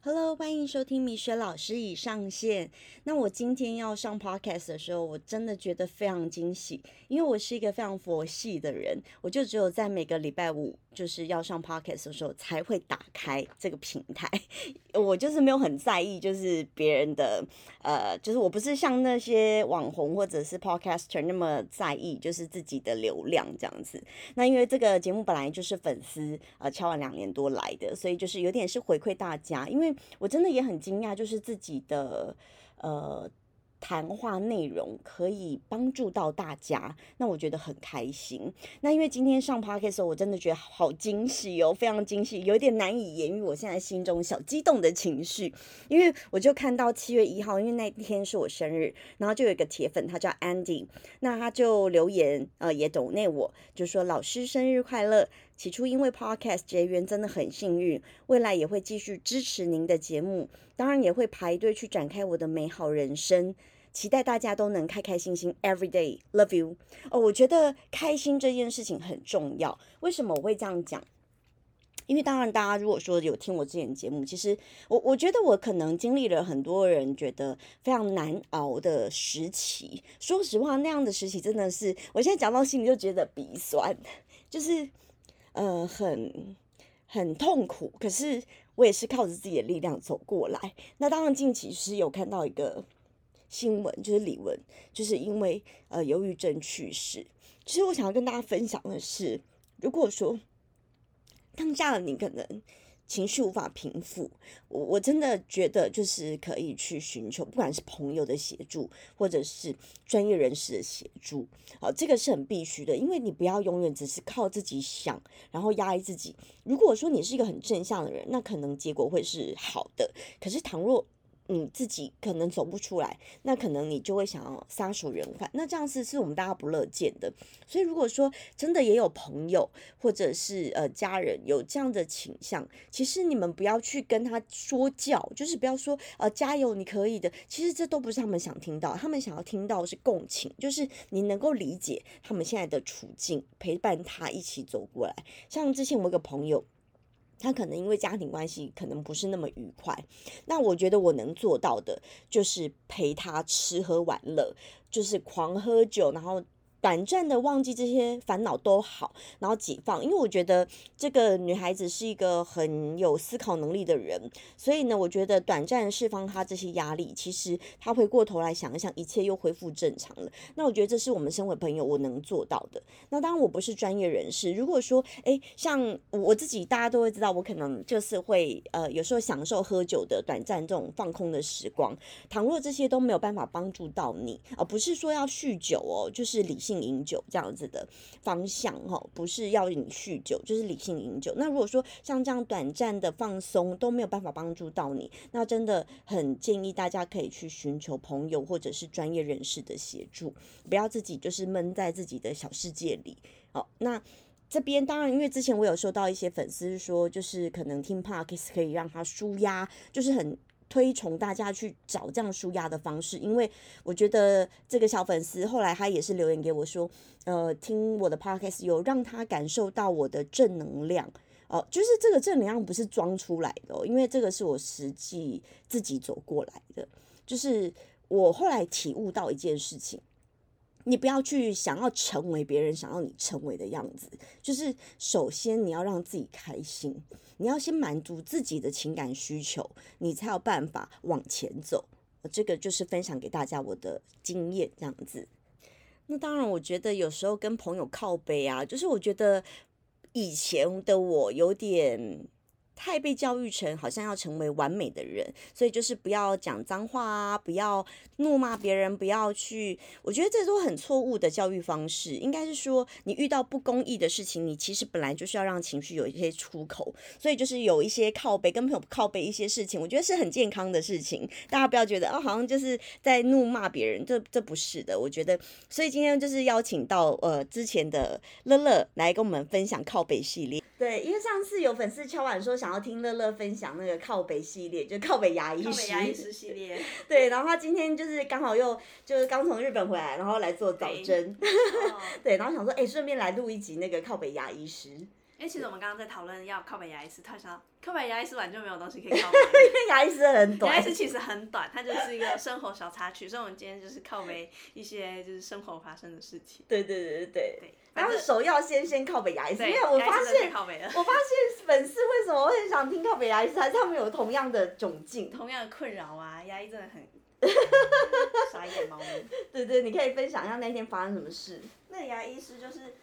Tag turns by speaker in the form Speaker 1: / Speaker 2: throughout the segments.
Speaker 1: Hello，欢迎收听米雪老师已上线。那我今天要上 podcast 的时候，我真的觉得非常惊喜，因为我是一个非常佛系的人，我就只有在每个礼拜五就是要上 podcast 的时候才会打开这个平台。 我就是没有很在意，就是别人的呃，就是我不是像那些网红或者是 podcaster 那么在意，就是自己的流量这样子。那因为这个节目本来就是粉丝呃敲完两年多来的，所以就是有点是回馈大家，因为我真的也很惊讶，就是自己的呃谈话内容可以帮助到大家，那我觉得很开心。那因为今天上 p o d c a s 的时候，我真的觉得好惊喜哦，非常惊喜，有一点难以言喻我现在心中小激动的情绪，因为我就看到七月一号，因为那天是我生日，然后就有一个铁粉，他叫 Andy，那他就留言，呃，也懂内我，就说老师生日快乐。起初因为 Podcast 结缘真的很幸运，未来也会继续支持您的节目，当然也会排队去展开我的美好人生。期待大家都能开开心心，every day love you。哦，我觉得开心这件事情很重要。为什么我会这样讲？因为当然，大家如果说有听我之前的节目，其实我我觉得我可能经历了很多人觉得非常难熬的时期。说实话，那样的时期真的是，我现在讲到心里就觉得鼻酸，就是呃很很痛苦。可是我也是靠着自己的力量走过来。那当然，近期是有看到一个新闻，就是李玟就是因为呃忧郁症去世。其实我想要跟大家分享的是，如果说当下的你可能情绪无法平复，我我真的觉得就是可以去寻求，不管是朋友的协助，或者是专业人士的协助，好、这个是很必须的，因为你不要永远只是靠自己想，然后压抑自己。如果说你是一个很正向的人，那可能结果会是好的。可是倘若你自己可能走不出来，那可能你就会想要撒手人寰，那这样是是我们大家不乐见的。所以如果说真的也有朋友或者是呃家人有这样的倾向，其实你们不要去跟他说教，就是不要说呃加油你可以的，其实这都不是他们想听到，他们想要听到的是共情，就是你能够理解他们现在的处境，陪伴他一起走过来。像之前我有个朋友。他可能因为家庭关系可能不是那么愉快，那我觉得我能做到的就是陪他吃喝玩乐，就是狂喝酒，然后短暂的忘记这些烦恼都好，然后解放。因为我觉得这个女孩子是一个很有思考能力的人，所以呢，我觉得短暂地释放她这些压力，其实她回过头来想一想，一切又恢复正常了。那我觉得这是我们身为朋友我能做到的。那当然我不是专业人士，如果说诶，像我我自己，大家都会知道，我可能就是会呃有时候享受喝酒的短暂这种放空的时光。倘若这些都没有办法帮助到你，而、不是说要酗酒哦，就是理性饮酒这样子的方向哦，不是要你酗酒，就是理性饮酒。那如果说像这样短暂的放松都没有办法帮助到你，那真的很建议大家可以去寻求朋友或者是专业人士的协助，不要自己就是闷在自己的小世界里。哦，那这边当然，因为之前我有收到一些粉丝说，就是可能听 Parkes 可以让他舒压，就是很推崇大家去找这样舒压的方式。因为我觉得这个小粉丝后来他也是留言给我说，呃，听我的 Parkes 有让他感受到我的正能量。哦，就是这个正能量不是装出来的、哦，因为这个是我实际自己走过来的。就是我后来体悟到一件事情，你不要去想要成为别人想要你成为的样子，就是首先你要让自己开心，你要先满足自己的情感需求，你才有办法往前走。呃这个就是分享给大家我的经验，这样子。那当然，我觉得有时候跟朋友靠背啊，就是我觉得以前的我有点太被教育成好像要成为完美的人，所以就是不要讲脏话啊，不要怒骂别人，不要去，我觉得这都很错误的教育方式。应该是说，你遇到不公义的事情，你其实本来就是要让情绪有一些出口，所以就是有一些靠背，跟朋友靠背一些事情，我觉得是很健康的事情。大家不要觉得哦，好像就是在怒骂别人，这这不是的。我觉得，所以今天就是邀请到呃之前的乐乐来跟我们分享靠背系列。对，因为上次有粉丝敲碗说想要听乐乐分享那个靠北系列，就靠北牙医
Speaker 2: 靠北
Speaker 1: 师，
Speaker 2: 牙医师系 列，
Speaker 1: 对，然后他今天就是刚好又就是刚从日本回来，然后来做早
Speaker 2: 对
Speaker 1: 针，
Speaker 2: 哦
Speaker 1: 对，然后想说，哎、顺便来录一集那个靠北牙医师，
Speaker 2: 因为其实我们刚刚在讨论要靠北牙医师，突然想到靠北牙医师完就没有东西可以靠北。
Speaker 1: 因为牙医师很
Speaker 2: 牙
Speaker 1: 短
Speaker 2: 医，师其实很短，它就是一个生活小插曲，所以我们今天就是靠北一些就是生活发生的事情。
Speaker 1: 对对对对对。
Speaker 2: 对，
Speaker 1: 但
Speaker 2: 反
Speaker 1: 是
Speaker 2: 正
Speaker 1: 首要先先靠北牙医师，
Speaker 2: 对，
Speaker 1: 因为我
Speaker 2: 牙医
Speaker 1: 发
Speaker 2: 师真的
Speaker 1: 现
Speaker 2: 太靠北了。
Speaker 1: 我发现粉丝为什么会很想听靠北牙医师，还是他们有同样的窘境？
Speaker 2: 同样的困扰啊，牙医真 的很傻眼猫咪。
Speaker 1: 对对，你可以分享一下那天发生什么事。
Speaker 2: 那牙医师就是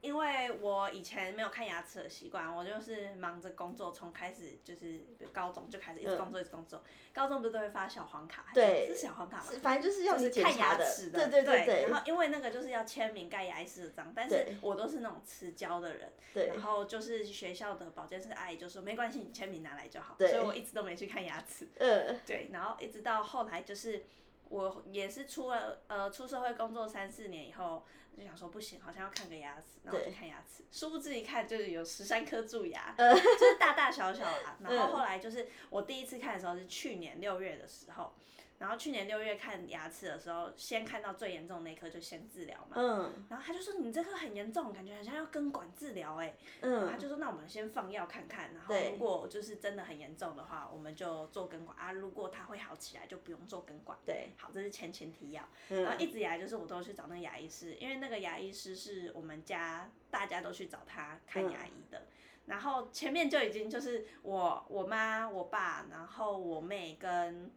Speaker 2: 因为我以前没有看牙齿的习惯，我就是忙着工作，从开始就是高中就开始一直工作，一直工作。高中不是都会发小黄卡？
Speaker 1: 嗯对
Speaker 2: 是小黄卡吗？
Speaker 1: 是反正就是要
Speaker 2: 就
Speaker 1: 你
Speaker 2: 是
Speaker 1: 检
Speaker 2: 看
Speaker 1: 查
Speaker 2: 牙
Speaker 1: 的，
Speaker 2: 齿
Speaker 1: 对
Speaker 2: 对
Speaker 1: 对对
Speaker 2: 然后因为那个就是要签名盖牙医师的章，但是
Speaker 1: 对
Speaker 2: 我都是那种持胶的人，
Speaker 1: 对
Speaker 2: 然后就是学校的保健室阿姨就说没关系，你签名拿来就好，所
Speaker 1: 对
Speaker 2: 以我一直都没去看牙齿。
Speaker 1: 呃，
Speaker 2: 对，然后一直到后来就是我也是出了呃出社会工作三四年以后，就想说不行，好像要看个牙齿，然后我就
Speaker 1: 对嗯
Speaker 2: 看牙齿，殊不知一看就是有十三颗蛀牙，就是大大小 小啊。然后后来就是我第一次看的时候是去年六月的时候。然后去年六月看牙齿的时候，先看到最严重那颗就先治疗嘛。
Speaker 1: 嗯
Speaker 2: 然后他就说你这颗很严重，感觉好像要根管治疗哎、然后他
Speaker 1: 嗯，
Speaker 2: 就说那我们先放药看看，然后
Speaker 1: 对
Speaker 2: 如果就是真的很严重的话，我们就做根管啊。如果它会好起来，就不用做根管。
Speaker 1: 对，
Speaker 2: 好，这是前前提要。然后
Speaker 1: 嗯
Speaker 2: 一直以来就是我都去找那个牙医师，因为那个牙医师是我们家大家都去找他看
Speaker 1: 嗯
Speaker 2: 牙医的。然后前面就已经就是我我妈我爸，然后我妹跟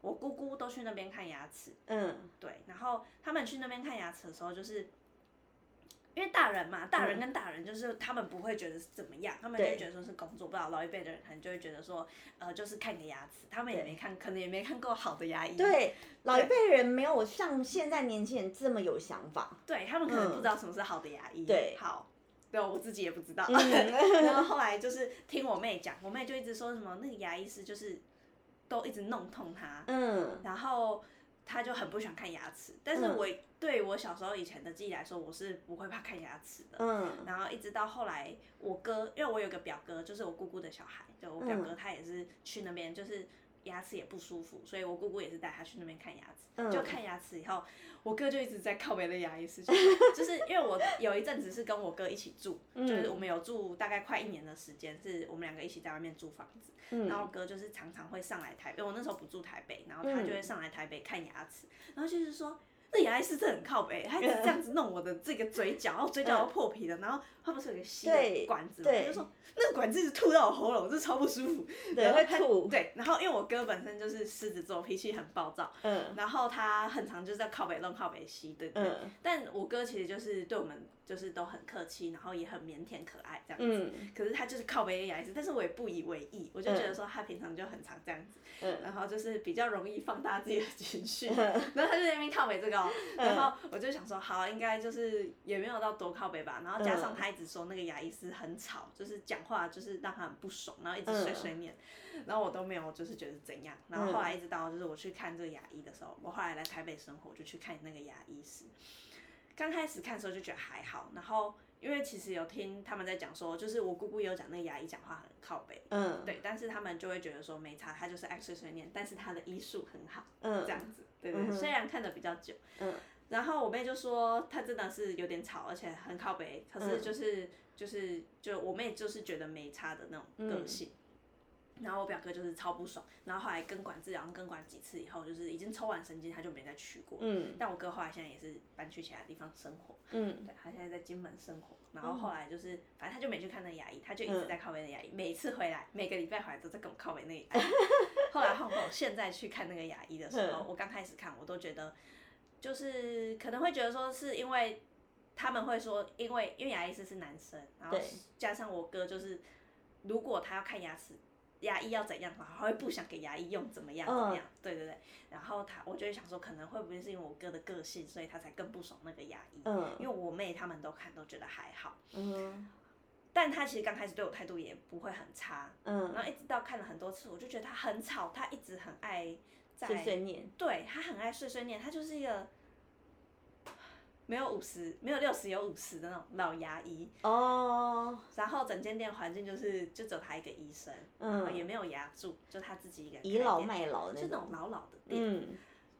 Speaker 2: 我姑姑都去那边看牙齿。
Speaker 1: 嗯，
Speaker 2: 对，然后他们去那边看牙齿的时候，就是因为大人嘛，大人跟大人就是他们不会觉得是怎么样，他们就
Speaker 1: 嗯对
Speaker 2: 会觉得说是工作，不知道老一辈的人可能就会觉得说，呃，就是看个牙齿，他们也
Speaker 1: 对
Speaker 2: 没看，可能也没看过好的牙医，
Speaker 1: 对，老一辈人没有像现在年轻人这么有想法。
Speaker 2: 对他们可
Speaker 1: 嗯
Speaker 2: 能不知道什么是好的牙医，
Speaker 1: 对
Speaker 2: 好。对，我自己也不知道。
Speaker 1: 嗯
Speaker 2: 然后后来就是听我妹讲，我妹就一直说什么那个牙医师就是都一直弄痛她，
Speaker 1: 嗯，
Speaker 2: 然后他就很不喜欢看牙齿，但是
Speaker 1: 嗯
Speaker 2: 我、对我小时候以前的记忆来说，我是不会怕看牙齿的。
Speaker 1: 嗯，
Speaker 2: 然后一直到后来，我哥，因为我有个表哥，就是我姑姑的小孩，就我表
Speaker 1: 嗯
Speaker 2: 哥他也是去那边，就是牙齿也不舒服，所以我姑姑也是带他去那边看牙齿。
Speaker 1: 嗯
Speaker 2: 就看牙齿以后，我哥就一直在靠北的牙医师，就是就是因为我有一阵子是跟我哥一起住，
Speaker 1: 嗯
Speaker 2: 就是我们有住大概快一年的时间，是我们两个一起在外面租房子。
Speaker 1: 嗯
Speaker 2: 然后我哥就是常常会上来台北，我那时候不住台北，然后他
Speaker 1: 嗯
Speaker 2: 就会上来台北看牙齿，然后就是说。那牙医师真的很靠北，他一直这样子弄我的这个嘴角，然后嘴角都破皮了，然后他不是有个
Speaker 1: 嗯
Speaker 2: 吸
Speaker 1: 对
Speaker 2: 的管子嘛，
Speaker 1: 对
Speaker 2: 他就说那个管子一直吐到我喉咙，这超不舒服。
Speaker 1: 对，
Speaker 2: 然后
Speaker 1: 会
Speaker 2: 他
Speaker 1: 吐，
Speaker 2: 对，然后因为我哥本身就是狮子座，脾气很暴躁，
Speaker 1: 嗯
Speaker 2: 然后他很常就是在靠北弄靠北西，对不对？
Speaker 1: 嗯
Speaker 2: 但我哥其实就是对我们就是都很客气，然后也很腼腆可爱这样子。
Speaker 1: 嗯
Speaker 2: 可是他就是靠北牙医师，但是我也不以为意，我就觉得说他平常就很常这样子，
Speaker 1: 嗯
Speaker 2: 然后就是比较容易放大自己的情绪，然后他就在那边靠北这个、哦，然后我就想说好，应该就是也没有到多靠北吧，然后加上他一直说那个牙医师很吵，就是讲话就是让他很不爽，然后一直碎碎念，然后我都没有就是觉得怎样，然后后来一直到就是我去看这个牙医的时候，我后来来台北生活我就去看那个牙医师，刚开始看的时候就觉得还好，然后因为其实有听他们在讲说，就是我姑姑有讲那个牙医讲话很靠北，
Speaker 1: 嗯
Speaker 2: 对，但是他们就会觉得说没差，他就是爱碎碎念，但是他的医术很好，这
Speaker 1: 嗯
Speaker 2: 样子，对
Speaker 1: 嗯
Speaker 2: 对，
Speaker 1: 哼
Speaker 2: 虽然看的比较久，
Speaker 1: 嗯，
Speaker 2: 然后我妹就说她真的是有点吵，而且很靠北，可是
Speaker 1: 嗯
Speaker 2: 就是、就是就我妹就是觉得没差的那种个
Speaker 1: 嗯
Speaker 2: 性。然后我表哥就是超不爽，然后后来根管治疗根管几次以后，就是已经抽完神经，他就没再去过。
Speaker 1: 嗯
Speaker 2: 但我哥后来现在也是搬去其他地方生活，
Speaker 1: 嗯，
Speaker 2: 对他现在在金门生活，然后后来就是，反正他就没去看那个牙医，他就一
Speaker 1: 嗯
Speaker 2: 直在靠北那个牙医，每次回来，每个礼拜回来都在跟我靠北那个牙医。 后来换我现在去看那个牙医的时候，
Speaker 1: 嗯
Speaker 2: 我刚开始看我都觉得，就是可能会觉得说是因为他们会说，因为因为牙医师是男生，然后
Speaker 1: 对
Speaker 2: 加上我哥就是，如果他要看牙齿。牙医要怎样的话，他会不想给牙医用怎么样怎
Speaker 1: 嗯
Speaker 2: 么样，对对对。然后他，我就会想说，可能会不会是因为我哥的个性，所以他才更不爽那个牙医。
Speaker 1: 嗯
Speaker 2: 因为我妹他们都看都觉得还好，
Speaker 1: 嗯
Speaker 2: 但她其实刚开始对我态度也不会很差，然
Speaker 1: 嗯，
Speaker 2: 后一直到看了很多次，我就觉得她很吵，她一直很爱在，
Speaker 1: 碎碎念，
Speaker 2: 对她很爱碎碎念，她就是一个没有五十没有六十有五十的那种老牙医，
Speaker 1: 哦，
Speaker 2: 然后整间店环境就是就只有她一个医生，啊然后也
Speaker 1: 嗯，
Speaker 2: 没有牙柱，就她自己一个人
Speaker 1: 倚
Speaker 2: 开
Speaker 1: 老
Speaker 2: 店
Speaker 1: 卖老
Speaker 2: 就
Speaker 1: 那
Speaker 2: 那种
Speaker 1: 种，
Speaker 2: 老老的店，
Speaker 1: 嗯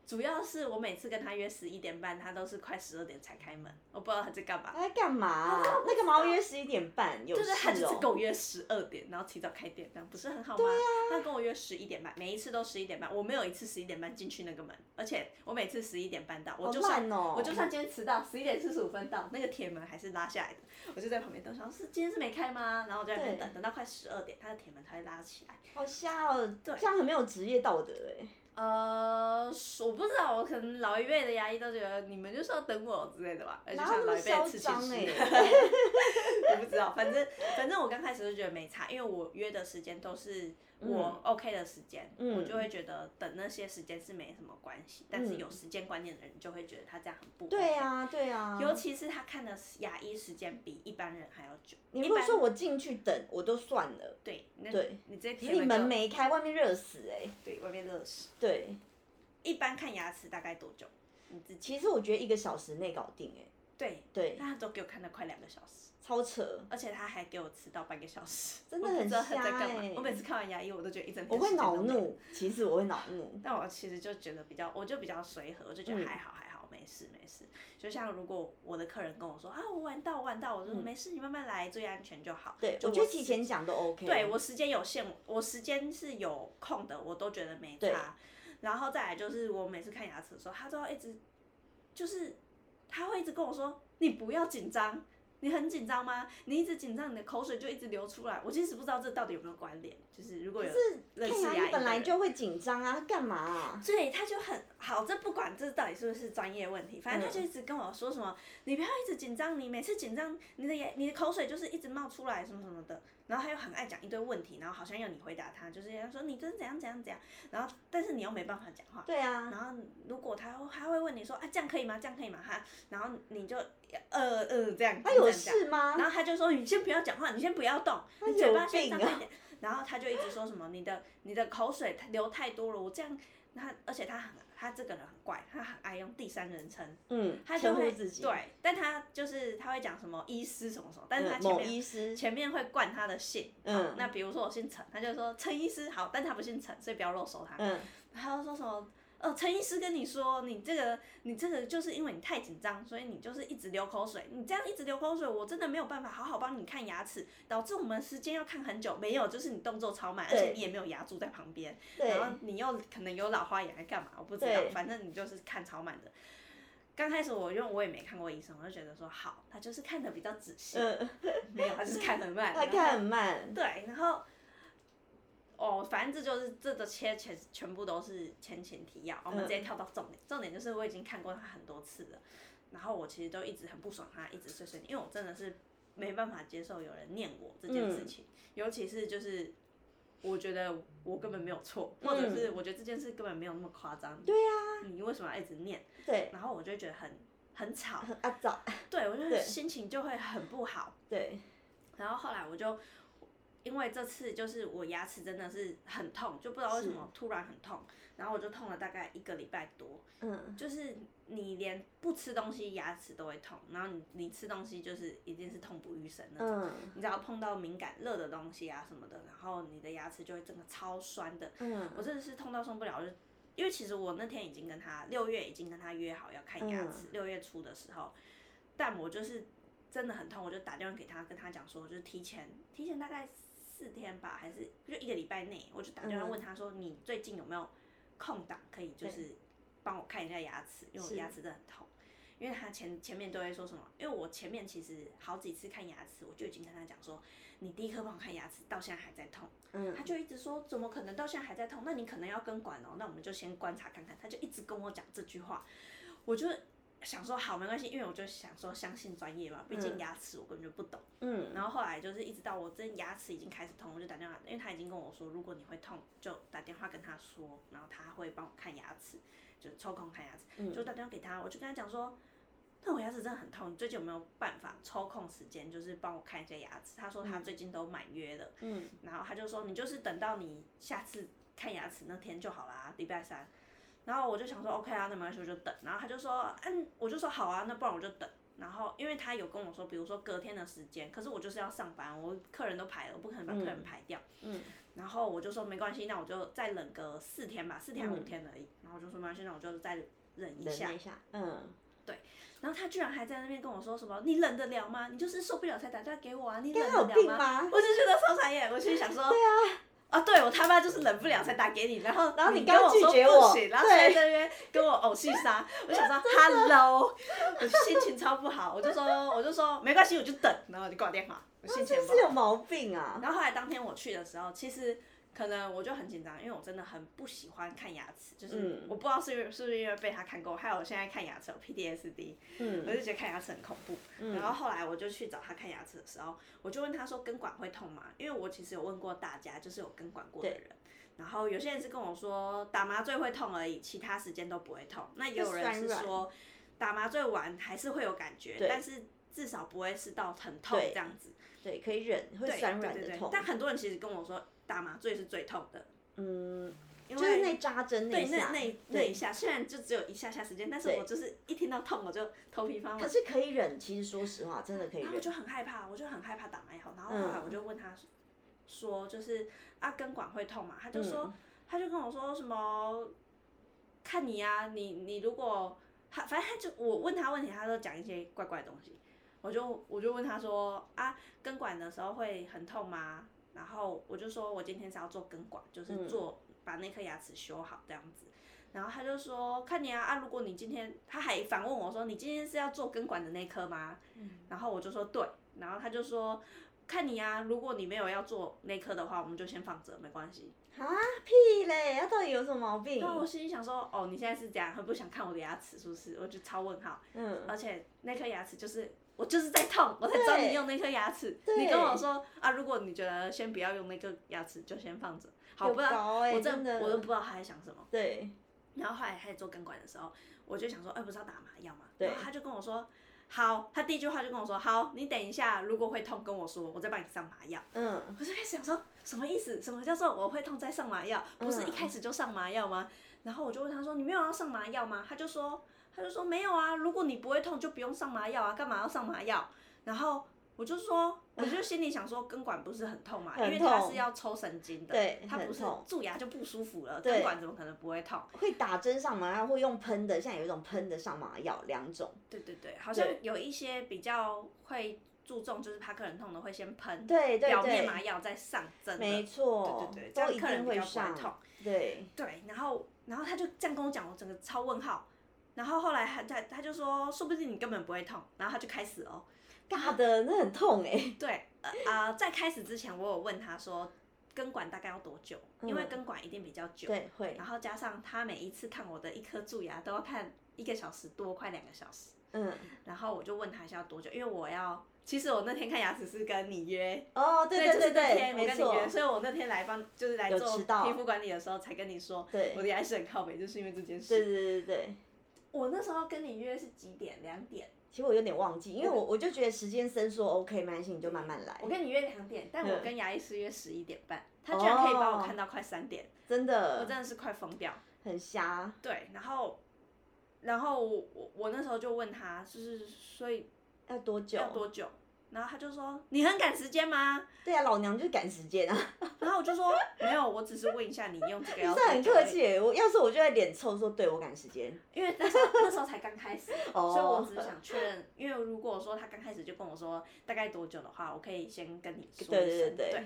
Speaker 2: 主要是我每次跟他约十一点半，他都是快十二点才开门，我不知道他在干嘛。
Speaker 1: 他在干嘛、
Speaker 2: 啊
Speaker 1: 那干嘛要约十一点半？有
Speaker 2: 就是他就
Speaker 1: 事
Speaker 2: 是
Speaker 1: 哦、啊
Speaker 2: 跟我约十二点，然后提早开店，这样不是很好吗？他跟我约十一点半，每一次都十一点半，我没有一次十一点半进去那个门，而且我每次十一点半到，我就算、
Speaker 1: 烂哦
Speaker 2: 我就算今天迟到十一点四十五分到，那个铁门还是拉下来的，我就在旁边等，想是今天是没开吗？然后我就在那边
Speaker 1: 对
Speaker 2: 等，等到快十二点，他的铁门才会拉起来。
Speaker 1: 好瞎哦，
Speaker 2: 对
Speaker 1: 这样很没有职业道德哎。
Speaker 2: 呃，我不知道，我可能老一辈的牙医都觉得你们就是要等我之类的吧，而且
Speaker 1: 哪有
Speaker 2: 像
Speaker 1: 那
Speaker 2: 老
Speaker 1: 么
Speaker 2: 一辈的
Speaker 1: 嚣
Speaker 2: 刺
Speaker 1: 张
Speaker 2: 青师
Speaker 1: 哎、。
Speaker 2: 我不知道，反正反正我刚开始就觉得没差，因为我约的时间都是我 OK 的时间，
Speaker 1: 嗯嗯
Speaker 2: 我就会觉得等那些时间是没什么关系。但是有时间观念的人就会觉得他这样很不 OK、
Speaker 1: 对啊，对啊。
Speaker 2: 尤其是他看的牙医时间比一般人还要久。
Speaker 1: 你如
Speaker 2: 一
Speaker 1: 果
Speaker 2: 般
Speaker 1: 说我进去等，我都算了。
Speaker 2: 对，那
Speaker 1: 对
Speaker 2: 你这
Speaker 1: 可是你
Speaker 2: 天
Speaker 1: 门没开，外面热死哎、
Speaker 2: 对外面热死。
Speaker 1: 对，
Speaker 2: 一般看牙齿大概多久？你自己
Speaker 1: 其实我觉得一个小时内搞定哎、
Speaker 2: 对，
Speaker 1: 对，
Speaker 2: 那他都给我看了快两个小时，
Speaker 1: 超扯。
Speaker 2: 而且他还给我迟到半个小时，
Speaker 1: 真的
Speaker 2: 我不
Speaker 1: 很
Speaker 2: 知道他在
Speaker 1: 瞎
Speaker 2: 干嘛
Speaker 1: 欸
Speaker 2: 我每次看完牙医，我都觉得一整天
Speaker 1: 我会
Speaker 2: 时间都
Speaker 1: 恼
Speaker 2: 没有
Speaker 1: 怒，其实我会恼 怒。
Speaker 2: 但我其实就觉得比较，我就比较随和，我就觉
Speaker 1: 嗯
Speaker 2: 得还好还好，没事没事。就像如果我的客人跟我说啊，我晚到晚到，我就说
Speaker 1: 嗯
Speaker 2: 没事，你慢慢来，注意安全就好。
Speaker 1: 对，
Speaker 2: 就
Speaker 1: 我觉得
Speaker 2: 时
Speaker 1: 提前讲都 OK。
Speaker 2: 对我时间有限，我时间是有空的，我都觉得没差。然后再来就是我每次看牙齿的时候，他都要一直，就是他会一直跟我说，你不要紧张。你很紧张吗？你一直紧张，你的口水就一直流出来。我其实不知道这到底有没有关联，就是如果有认
Speaker 1: 看
Speaker 2: 识
Speaker 1: 牙
Speaker 2: 牙
Speaker 1: 医
Speaker 2: 医
Speaker 1: 本
Speaker 2: 的
Speaker 1: 来
Speaker 2: 人
Speaker 1: 就会紧张啊，干嘛、啊？
Speaker 2: 对，他就很好，这不管这到底是不是专业问题，反
Speaker 1: 嗯
Speaker 2: 正他就一直跟我说什么，你不要一直紧张，你每次紧张，你的眼你的口水就是一直冒出来什么什么的，然后他又很爱讲一堆问题，然后好像要你回答他，就是他说你真怎样怎样怎样，然后但是你又没办法讲话。
Speaker 1: 对啊，
Speaker 2: 然后如果他会他会问你说啊这样可以吗？这样可以吗？哈，然后你就呃呃这样，
Speaker 1: 他
Speaker 2: 这
Speaker 1: 有
Speaker 2: 样这样
Speaker 1: 事吗？
Speaker 2: 然后他就说：“你先不要讲话，你先不要动，
Speaker 1: 他
Speaker 2: 你嘴
Speaker 1: 有
Speaker 2: 巴先
Speaker 1: 病
Speaker 2: 张
Speaker 1: 啊
Speaker 2: 开一点。”然后他就一直说什么：“你的你的口水太流太多了，我这样。”他而且他很他这个人很怪，他很爱用第三人称，
Speaker 1: 嗯，
Speaker 2: 他就
Speaker 1: 称
Speaker 2: 会
Speaker 1: 呼自己，
Speaker 2: 对，但他就是他会讲什么医师什么什么，但是他
Speaker 1: 嗯，
Speaker 2: 前
Speaker 1: 某
Speaker 2: 面、
Speaker 1: 医师，
Speaker 2: 前面会冠他的姓，
Speaker 1: 嗯
Speaker 2: 嗯，那比如说我姓陈，他就说陈医师好，但他不姓陈，所以不要漏收他。
Speaker 1: 嗯，
Speaker 2: 他就说什么？呃，陈医师跟你说，你这个你这个就是因为你太紧张，所以你就是一直流口水。你这样一直流口水，我真的没有办法好好帮你看牙齿，导致我们时间要看很久。没有，就是你动作超慢，而
Speaker 1: 对
Speaker 2: 且你也没有牙柱在旁边，
Speaker 1: 对嗯
Speaker 2: 然，后你又可能有老花眼还干嘛？我不知道
Speaker 1: 对，
Speaker 2: 反正你就是看超慢的。刚开始我因为我也没看过医生，我就觉得说好，他就是看的比较仔细，
Speaker 1: 嗯，
Speaker 2: 没有，他就是看很 慢，
Speaker 1: 他
Speaker 2: 然后
Speaker 1: 看很慢，
Speaker 2: 对，然后哦，反正这就是这个切全全部都是前情提要，我们直
Speaker 1: 嗯
Speaker 2: 接跳到重点。重点就是我已经看过他很多次了，然后我其实都一直很不爽他一直碎碎念，因为我真的是没办法接受有人念我这件
Speaker 1: 嗯
Speaker 2: 事情，尤其是就是。我觉得我根本没有错，或
Speaker 1: 嗯
Speaker 2: 者是我觉得这件事根本没有那么夸张。对呀、你为什么要一直念？
Speaker 1: 啊对，
Speaker 2: 然后我就会觉得很很吵，
Speaker 1: 很阿啊早，
Speaker 2: 对我就是
Speaker 1: 对
Speaker 2: 心情就会很不好。
Speaker 1: 对，
Speaker 2: 然后后来我就因为这次就是我牙齿真的是很痛，就不知道为什么突然很痛，然后我就痛了大概一个礼拜多。
Speaker 1: 嗯，
Speaker 2: 就是你连不吃东西牙齿都会痛，然后你你吃东西就是一定是痛不欲生那种。
Speaker 1: 嗯，
Speaker 2: 你只要碰到敏感热的东西啊什么的，然后你的牙齿就会整个超酸的。
Speaker 1: 嗯，
Speaker 2: 我真的是痛到受不了，我就因为其实我那天已经跟他六月已经跟他约好要看牙
Speaker 1: 嗯
Speaker 2: 齿，六、月初的时候，但我就是真的很痛，我就打电话给他，跟他讲说，就是提前提前大概四天吧，还是就一个礼拜内，我就打电话
Speaker 1: 嗯
Speaker 2: 问他说，你最近有没有空档可以就是帮我看一下牙齿，因为我
Speaker 1: 是
Speaker 2: 牙齿真的很痛。因为他前前面都会说什么，因为我前面其实好几次看牙齿，我就已经跟他讲说，你第一颗帮我看牙齿，到现在还在痛。
Speaker 1: 嗯
Speaker 2: 他，就一直说，怎么可能到现在还在痛？那你可能要根管哦。那我们就先观察看看。他就一直跟我讲这句话，我就想说好没关系，因为我就想说相信专业嘛，毕竟牙齿我根本就不懂。
Speaker 1: 嗯，
Speaker 2: 然后后来就是一直到我真牙齿已经开始痛，我就打电话，因为他已经跟我说，如果你会痛，就打电话跟他说，然后他会帮我看牙齿，就抽空看牙齿，就打电话给他，我就跟他讲说。那我牙齿真的很痛，你最近有没有办法抽空时间，就是帮我看一下牙齿？他说他最近都满约了，
Speaker 1: 嗯，
Speaker 2: 然后他就说你就是等到你下次看牙齿那天就好啦，礼拜三。然后我就想说 OK 啊，那没关系，我就等。然后他就说，嗯，我就说好啊，那不然我就等。然后因为他有跟我说，比如说隔天的时间，可是我就是要上班，我客人都排了，我不可能把客人排掉。
Speaker 1: 嗯，
Speaker 2: 然后我就说没关系，那我就再忍个四天吧，四天五天而已。然后我就说没关系，那我就再忍一下
Speaker 1: 忍。一下，嗯，
Speaker 2: 然后他居然还在那边跟我说什么：“你忍得了吗？你就是受不了才打电话给我啊！你忍
Speaker 1: 该
Speaker 2: 得
Speaker 1: 有
Speaker 2: 了
Speaker 1: 病
Speaker 2: 吗？”
Speaker 1: 吧？
Speaker 2: 我就觉得超残忍，我心里想说：“对啊，啊，对我他妈就是忍不了才打给你，然后
Speaker 1: 然后你
Speaker 2: 跟
Speaker 1: 刚
Speaker 2: 我说
Speaker 1: 拒绝
Speaker 2: 不
Speaker 1: 我
Speaker 2: 行，然后
Speaker 1: 对
Speaker 2: 现在在那边跟我偶戏 杀，我想说 hello，我心情超不好，我就说我就说没关系，我就等，然后我就挂电话，我心情
Speaker 1: 哦真
Speaker 2: 不好
Speaker 1: 是。有毛病啊！
Speaker 2: 然后后来当天我去的时候，其实可能我就很紧张，因为我真的很不喜欢看牙齿，就是
Speaker 1: 嗯
Speaker 2: 我不知道是不是是不是因为被他看过，还有我现在看牙齿有 PDSD，、我
Speaker 1: 嗯
Speaker 2: 就觉得看牙齿很恐怖。然后后来我就去找他看牙齿的时候，我就问他说根管会痛吗？因为我其实有问过大家，就是有根管过的人。然后有些人是跟我说打麻醉会痛而已，其他时间都不会痛。那也有人是
Speaker 1: 就酸软
Speaker 2: 说打麻醉完还是会有感觉，
Speaker 1: 对
Speaker 2: 但是至少不会是到很痛
Speaker 1: 对
Speaker 2: 这样子。
Speaker 1: 对，可以忍，会
Speaker 2: 对
Speaker 1: 酸
Speaker 2: 对
Speaker 1: 软
Speaker 2: 对
Speaker 1: 的
Speaker 2: 对
Speaker 1: 痛，
Speaker 2: 但很多人其实跟我说打麻醉是最痛的，
Speaker 1: 嗯，
Speaker 2: 因
Speaker 1: 就是
Speaker 2: 为
Speaker 1: 那扎针那
Speaker 2: 对
Speaker 1: 一
Speaker 2: 那
Speaker 1: 下，
Speaker 2: 那那一
Speaker 1: 对，
Speaker 2: 下，虽然就只有一下下时间，但是
Speaker 1: 对
Speaker 2: 我就是一听到痛我就头皮发麻
Speaker 1: 可。是可以忍，其实说实话，真的可以
Speaker 2: 然后我
Speaker 1: 忍。嗯
Speaker 2: 就很害怕，我就很害怕打麻药。然后后来我就问他说，就是啊根管会痛嘛？他就
Speaker 1: 嗯
Speaker 2: 说，他就跟我说什么，看你啊，你你如果他反正他就我问他问题，他都讲一些怪怪的东西。我就我就问他说啊根管的时候会很痛吗？然后我就说我今天是要做根管，
Speaker 1: 嗯
Speaker 2: 就是做、把那颗牙齿修好这样子。然后他就说：“看你啊啊！如果你今天……”他还反问我说：“你今天是要做根管的那颗吗？”然后我就说对，然后他就说看你啊，如果你没有要做内科的话，我们就先放着，没关系。
Speaker 1: 啊屁嘞！他到底有什么毛病
Speaker 2: 那？我心里想说，哦，你现在是这样，很不想看我的牙齿是不是？我就超问号，
Speaker 1: 嗯，
Speaker 2: 而且那颗牙齿就是。我就是在痛，我才知道
Speaker 1: 对
Speaker 2: 你用那颗牙齿。
Speaker 1: 对
Speaker 2: 你跟我说啊，如果你觉得先不要用那颗牙齿，就先放着。好，
Speaker 1: 有
Speaker 2: 不然
Speaker 1: 搞欸
Speaker 2: 我
Speaker 1: 真的
Speaker 2: 我都不知道他在想什么。
Speaker 1: 对，
Speaker 2: 然后后来开始做根管的时候，我就想说，哎、不是要打麻药吗？
Speaker 1: 对
Speaker 2: 然后他就跟我说，好，他第一句话就跟我说，好，你等一下，如果会痛跟我说，我再帮你上麻药。
Speaker 1: 嗯，
Speaker 2: 我就开始想说，什么意思？什么叫做我会痛再上麻药？不是一开始就上麻药吗？然后我就问他说，你没有要上麻药吗？他就说，他就说没有啊，如果你不会痛就不用上麻药啊，干嘛要上麻药？然后我就说，我就心里想说，根管不是很痛嘛，因
Speaker 1: 很
Speaker 2: 为它
Speaker 1: 痛
Speaker 2: 是要抽神经的，
Speaker 1: 对
Speaker 2: 它
Speaker 1: 很
Speaker 2: 不是
Speaker 1: 痛
Speaker 2: 蛀牙就不舒服了，
Speaker 1: 对
Speaker 2: 根管怎么可能不会痛？
Speaker 1: 会打针上麻药，会用喷的，现在有一种喷的上麻药，两种。
Speaker 2: 对对对，好像
Speaker 1: 对
Speaker 2: 有一些比较会注重就是怕客人痛的会先喷
Speaker 1: 对对
Speaker 2: 表面
Speaker 1: 对，
Speaker 2: 麻药再上针的，
Speaker 1: 没错，
Speaker 2: 对对对，这
Speaker 1: 都
Speaker 2: 样
Speaker 1: 一
Speaker 2: 客人
Speaker 1: 定
Speaker 2: 比
Speaker 1: 会
Speaker 2: 较不会
Speaker 1: 上。
Speaker 2: 痛。
Speaker 1: 对，
Speaker 2: 对，然后然后他就这样跟我讲，我整个超问号。然后后来他他他就说，说不定你根本不会痛。然后他就开始哦，
Speaker 1: 尬的那很痛哎、
Speaker 2: 对，呃啊、在开始之前我有问他说，根管大概要多久？因为
Speaker 1: 嗯
Speaker 2: 根管一定比较久。
Speaker 1: 对，会，
Speaker 2: 然后加上他每一次看我的一颗蛀牙都要看一个小时多，快两个小时。
Speaker 1: 嗯，
Speaker 2: 然后我就问他一下多久，因为我要，其实我那天看牙齿是跟你约，
Speaker 1: 哦，对
Speaker 2: 就
Speaker 1: 对
Speaker 2: 是那
Speaker 1: 对，
Speaker 2: 天我
Speaker 1: 没
Speaker 2: 跟你
Speaker 1: 错，
Speaker 2: 约，所以我那天来帮就是来
Speaker 1: 有
Speaker 2: 做
Speaker 1: 迟到
Speaker 2: 皮肤管理的时候才跟你说，
Speaker 1: 对
Speaker 2: 我的牙齿很靠北，就是因为这件事。
Speaker 1: 对对对对对。
Speaker 2: 我那时候跟你约是几点？两点。
Speaker 1: 其实我有点忘记，因为我我就觉得时间伸缩 OK，没关系，你就慢慢来
Speaker 2: 我。跟你约两点，但我
Speaker 1: 嗯
Speaker 2: 跟牙医师约十一点半，他居然可以帮我
Speaker 1: 哦
Speaker 2: 看到快三点，
Speaker 1: 真
Speaker 2: 我
Speaker 1: 的
Speaker 2: 真的是快疯掉。
Speaker 1: 很瞎，
Speaker 2: 对，然后，然后我我我那时候就问他，就是所以
Speaker 1: 要多久？
Speaker 2: 要多久？然后他就说你很赶时间吗？
Speaker 1: 对啊，老娘就是赶时间啊！
Speaker 2: 然后我就说没有，我只是问一下你用这个
Speaker 1: 你
Speaker 2: 要。
Speaker 1: 是很客，气欸耶，我要是我就会脸臭说对我赶时间。
Speaker 2: 因为那时候那时候才刚开始，
Speaker 1: 哦
Speaker 2: 所以我只是想确认，因为如果说他刚开始就跟我说大概多久的话，我可以先跟你说
Speaker 1: 对
Speaker 2: 一
Speaker 1: 对对
Speaker 2: 声。对
Speaker 1: 对，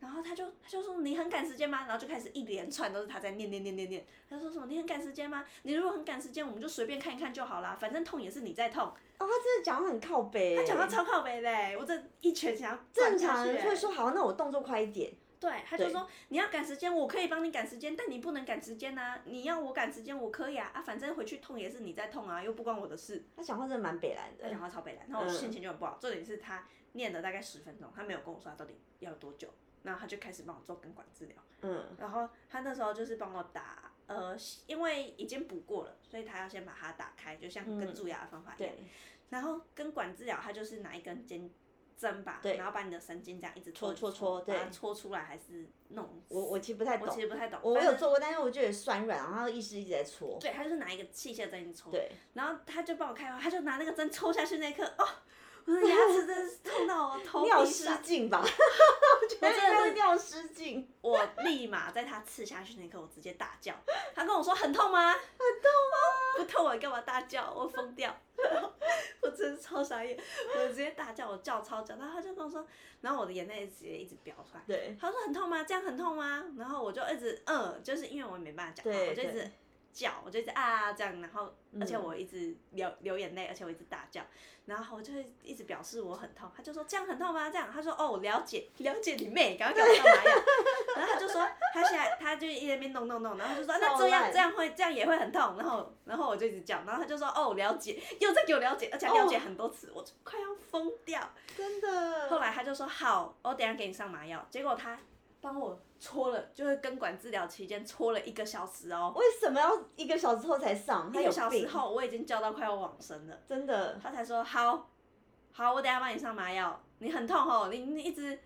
Speaker 2: 然后他就他就说你很赶时间吗？然后就开始一连串都是他在念念念念念。他说什么你很赶时间吗？你如果很赶时间，我们就随便看一看就好啦，反正痛也是你在痛。
Speaker 1: 哦，他真的讲话很靠北耶，
Speaker 2: 他讲到超靠北嘞，我这一拳想要
Speaker 1: 正
Speaker 2: 灌下
Speaker 1: 常
Speaker 2: 去
Speaker 1: 人会
Speaker 2: 欸。
Speaker 1: 说好，那我动作快一点。
Speaker 2: 对，他就
Speaker 1: 对
Speaker 2: 说你要赶时间，我可以帮你赶时间，但你不能赶时间呐、你要我赶时间，我可以啊啊，反正回去痛也是你在痛啊，又不关我的事。
Speaker 1: 他讲话真的蛮北蓝
Speaker 2: 他
Speaker 1: 的
Speaker 2: 讲，话超北蓝，然后我
Speaker 1: 嗯
Speaker 2: 心情就很不好。重点是他念了大概十分钟，他没有跟我说他到底要多久，然后他就开始帮我做根管治疗。
Speaker 1: 嗯，
Speaker 2: 然后他那时候就是帮我打，呃，因为已经补过了，所以他要先把它打开，就像跟
Speaker 1: 嗯
Speaker 2: 蛀牙的方法一样。
Speaker 1: 对，
Speaker 2: 然后根管治疗，他就是拿一根尖针吧，
Speaker 1: 对
Speaker 2: 然后把你的神经这样一直
Speaker 1: 戳
Speaker 2: 戳
Speaker 1: 戳戳
Speaker 2: 把它
Speaker 1: 对
Speaker 2: 戳出来还是弄。
Speaker 1: 我我其实不太
Speaker 2: 我
Speaker 1: 懂
Speaker 2: 其，实不太懂，
Speaker 1: 我我
Speaker 2: 反
Speaker 1: 有
Speaker 2: 正
Speaker 1: 做过，但是我觉得酸软，然后医师一直在戳。
Speaker 2: 对，他就是拿一个器械针一直戳，
Speaker 1: 对，
Speaker 2: 然后他就帮我开刀，他就拿那个 针抽下去那一刻，哦，我的牙齿真的是痛到我头
Speaker 1: 尿
Speaker 2: 皮
Speaker 1: 失
Speaker 2: 闪
Speaker 1: 禁吧，觉得应该会掉失禁，
Speaker 2: 我立马在他刺下去那一刻，我直接大叫。他跟我说很痛吗？很痛啊！不痛我干嘛大叫？我疯掉！ 我真的超傻眼，我直接大叫，我叫超久，然后他就跟我说，然后我的眼泪直接一直飙出来。
Speaker 1: 对
Speaker 2: 他说很痛吗？这样很痛吗？然后我就一直嗯，就是因为我没办法讲话，
Speaker 1: 对
Speaker 2: 我就一直
Speaker 1: 对
Speaker 2: 叫，我就一直啊这样，然后
Speaker 1: 嗯
Speaker 2: 而且我一直流流眼泪，而且我一直大叫，然后我就会一直表示我很痛，他就说这样很痛吗？这样，他说哦了解了解你妹，赶快给我上麻药， 然后他就说他现在他就一直在那边弄弄弄，然后就说啊那
Speaker 1: 超
Speaker 2: 这样
Speaker 1: 烂
Speaker 2: 这样会这样也会很痛，然后然后我就一直叫，然后他就说哦了解，又在给我了解，而且了解
Speaker 1: 哦
Speaker 2: 很多次，我就快要疯掉。
Speaker 1: 真的。
Speaker 2: 后来他就说好，我等一下给你上麻药。结果他帮我搓了，就是根管治疗期间搓了一个小时哦。
Speaker 1: 为什么要一个小时后才上？他
Speaker 2: 一
Speaker 1: 有
Speaker 2: 个小时
Speaker 1: 病，
Speaker 2: 后我已经叫到快要往生了，
Speaker 1: 真的。
Speaker 2: 他才说好，好，我等一下帮你上麻药。你很痛哦，你你一直